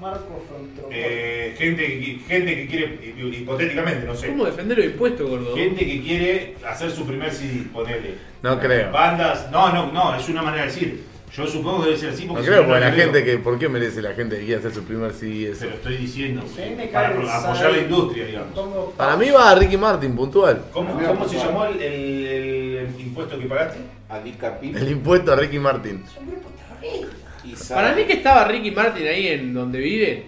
[SPEAKER 1] Marco Frontropol.
[SPEAKER 4] Eh, gente, que qui- gente que quiere, hi- hipotéticamente, no sé.
[SPEAKER 6] ¿Cómo defender los impuestos, gordo?
[SPEAKER 4] Gente que quiere hacer su primer CD, ponele.
[SPEAKER 5] No creo.
[SPEAKER 4] Bandas. No, no, no, es una manera de decir. Yo supongo que debe ser así
[SPEAKER 5] No
[SPEAKER 4] porque. si
[SPEAKER 5] creo,
[SPEAKER 4] no
[SPEAKER 5] porque la
[SPEAKER 4] creo.
[SPEAKER 5] gente que. ¿Por qué merece la gente que quiere hacer su primer CD eso?
[SPEAKER 4] Se lo estoy diciendo.
[SPEAKER 1] Sí, me
[SPEAKER 4] Para
[SPEAKER 1] cae el
[SPEAKER 4] apoyar
[SPEAKER 1] Zay.
[SPEAKER 4] la industria, digamos.
[SPEAKER 1] Pongo-
[SPEAKER 5] Para mí va Ricky Martin, puntual.
[SPEAKER 4] ¿Cómo,
[SPEAKER 2] Mira,
[SPEAKER 4] cómo se
[SPEAKER 2] papá.
[SPEAKER 4] llamó el, el- el impuesto que pagaste?
[SPEAKER 2] Adica Pip
[SPEAKER 5] El impuesto a Ricky Martin.
[SPEAKER 2] y Sara.
[SPEAKER 6] Para mí que estaba Ricky Martin ahí en donde vive,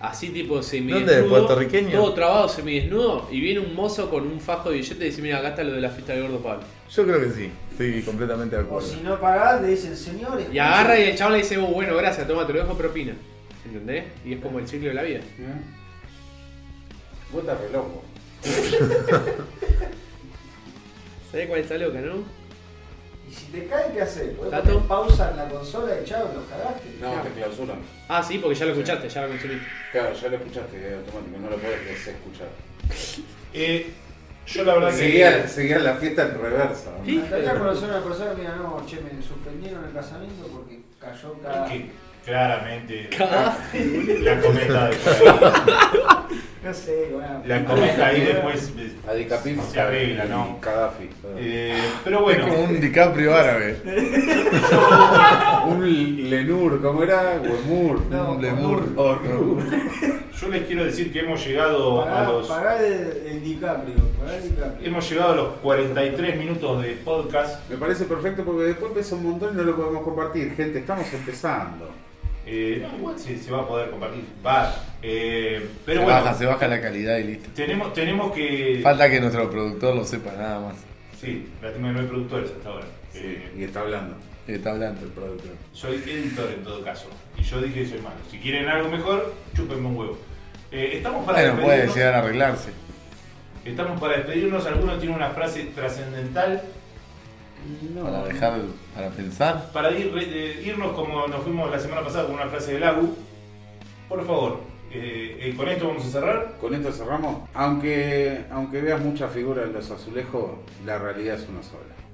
[SPEAKER 6] así tipo semidesnudo.
[SPEAKER 5] ¿Dónde? ¿Puertorriqueño?
[SPEAKER 6] Todo trabado, semidesnudo, y viene un mozo con un fajo de billetes y dice, mira, acá está lo de la fiesta de gordo Pablo.
[SPEAKER 5] Yo creo que sí. Estoy completamente de
[SPEAKER 1] O
[SPEAKER 5] acuerdo.
[SPEAKER 1] si no pagás, le dicen señores.
[SPEAKER 6] Y agarra y el chaval le dice, "Oh, bueno, gracias, toma, te lo dejo propina. ¿Entendés? Y es como el ciclo de la vida.
[SPEAKER 2] ¿Eh? Vos estás re loco.
[SPEAKER 6] ¿Sabés cuál está loca, no?
[SPEAKER 1] Y si te cae, ¿qué haces? ¿Podés
[SPEAKER 6] Tato.
[SPEAKER 1] poner pausa en la consola y chao, los cagaste?
[SPEAKER 2] No, te clausuran.
[SPEAKER 6] Ah, sí, porque ya lo escuchaste, ya lo consumiste.
[SPEAKER 2] Claro, ya lo escuchaste, es automático, no lo podés desescuchar.
[SPEAKER 4] Eh, yo la verdad
[SPEAKER 2] Seguía,
[SPEAKER 4] que.
[SPEAKER 2] seguía la fiesta en reversa. ¿no?
[SPEAKER 6] Sí.
[SPEAKER 1] Acá a conocer a una persona que mira, no, che, me suspendieron el casamiento porque cayó cada.
[SPEAKER 4] que claramente.
[SPEAKER 6] Cagaste,
[SPEAKER 4] La cometa de por ahí.
[SPEAKER 1] No sé, bueno.
[SPEAKER 4] La cometa ahí después. eh,
[SPEAKER 2] Adica Pip
[SPEAKER 4] Se arregla, ¿no?
[SPEAKER 2] y Gaddafi. claro.
[SPEAKER 4] eh, pero
[SPEAKER 5] Es
[SPEAKER 4] bueno.
[SPEAKER 5] como un DiCaprio árabe.
[SPEAKER 2] Ah, Un Lenur, ¿cómo era? Huemur.
[SPEAKER 1] No,
[SPEAKER 2] un
[SPEAKER 1] Orrur.
[SPEAKER 2] Orrur.
[SPEAKER 4] Yo les quiero decir que hemos llegado a
[SPEAKER 1] Pagá,
[SPEAKER 4] los
[SPEAKER 1] pagá el, el DiCaprio. Pagá el DiCaprio.
[SPEAKER 4] hemos llegado a los 43 minutos de podcast.
[SPEAKER 2] Me parece perfecto porque después pesa un montón y no lo podemos compartir. Gente, estamos empezando.
[SPEAKER 4] Eh, no, igual se, se va a poder compartir. Va. Eh, pero
[SPEAKER 5] se
[SPEAKER 4] bueno,
[SPEAKER 5] baja, se baja la calidad y listo.
[SPEAKER 4] tenemos tenemos que
[SPEAKER 5] Falta que nuestro productor lo sepa nada más.
[SPEAKER 4] sí, lástima que no hay productores hasta ahora. Eh,
[SPEAKER 2] Y está hablando.
[SPEAKER 5] Que Está hablando el productor.
[SPEAKER 4] soy editor en todo caso y yo dije que soy malo. Si quieren algo mejor, chúpenme un huevo. Eh, estamos para
[SPEAKER 5] Bueno, puede
[SPEAKER 4] despedirnos.
[SPEAKER 5] llegar a arreglarse.
[SPEAKER 4] Estamos para despedirnos. Alguno tiene una frase trascendental
[SPEAKER 5] Para dejar, para pensar.
[SPEAKER 4] para ir- eh, irnos como nos fuimos la semana pasada con una frase de Lagu. Por favor, eh, eh, con esto vamos a cerrar.
[SPEAKER 2] Con esto cerramos. Aunque, aunque veas muchas figuras en los azulejos, la realidad es una sola.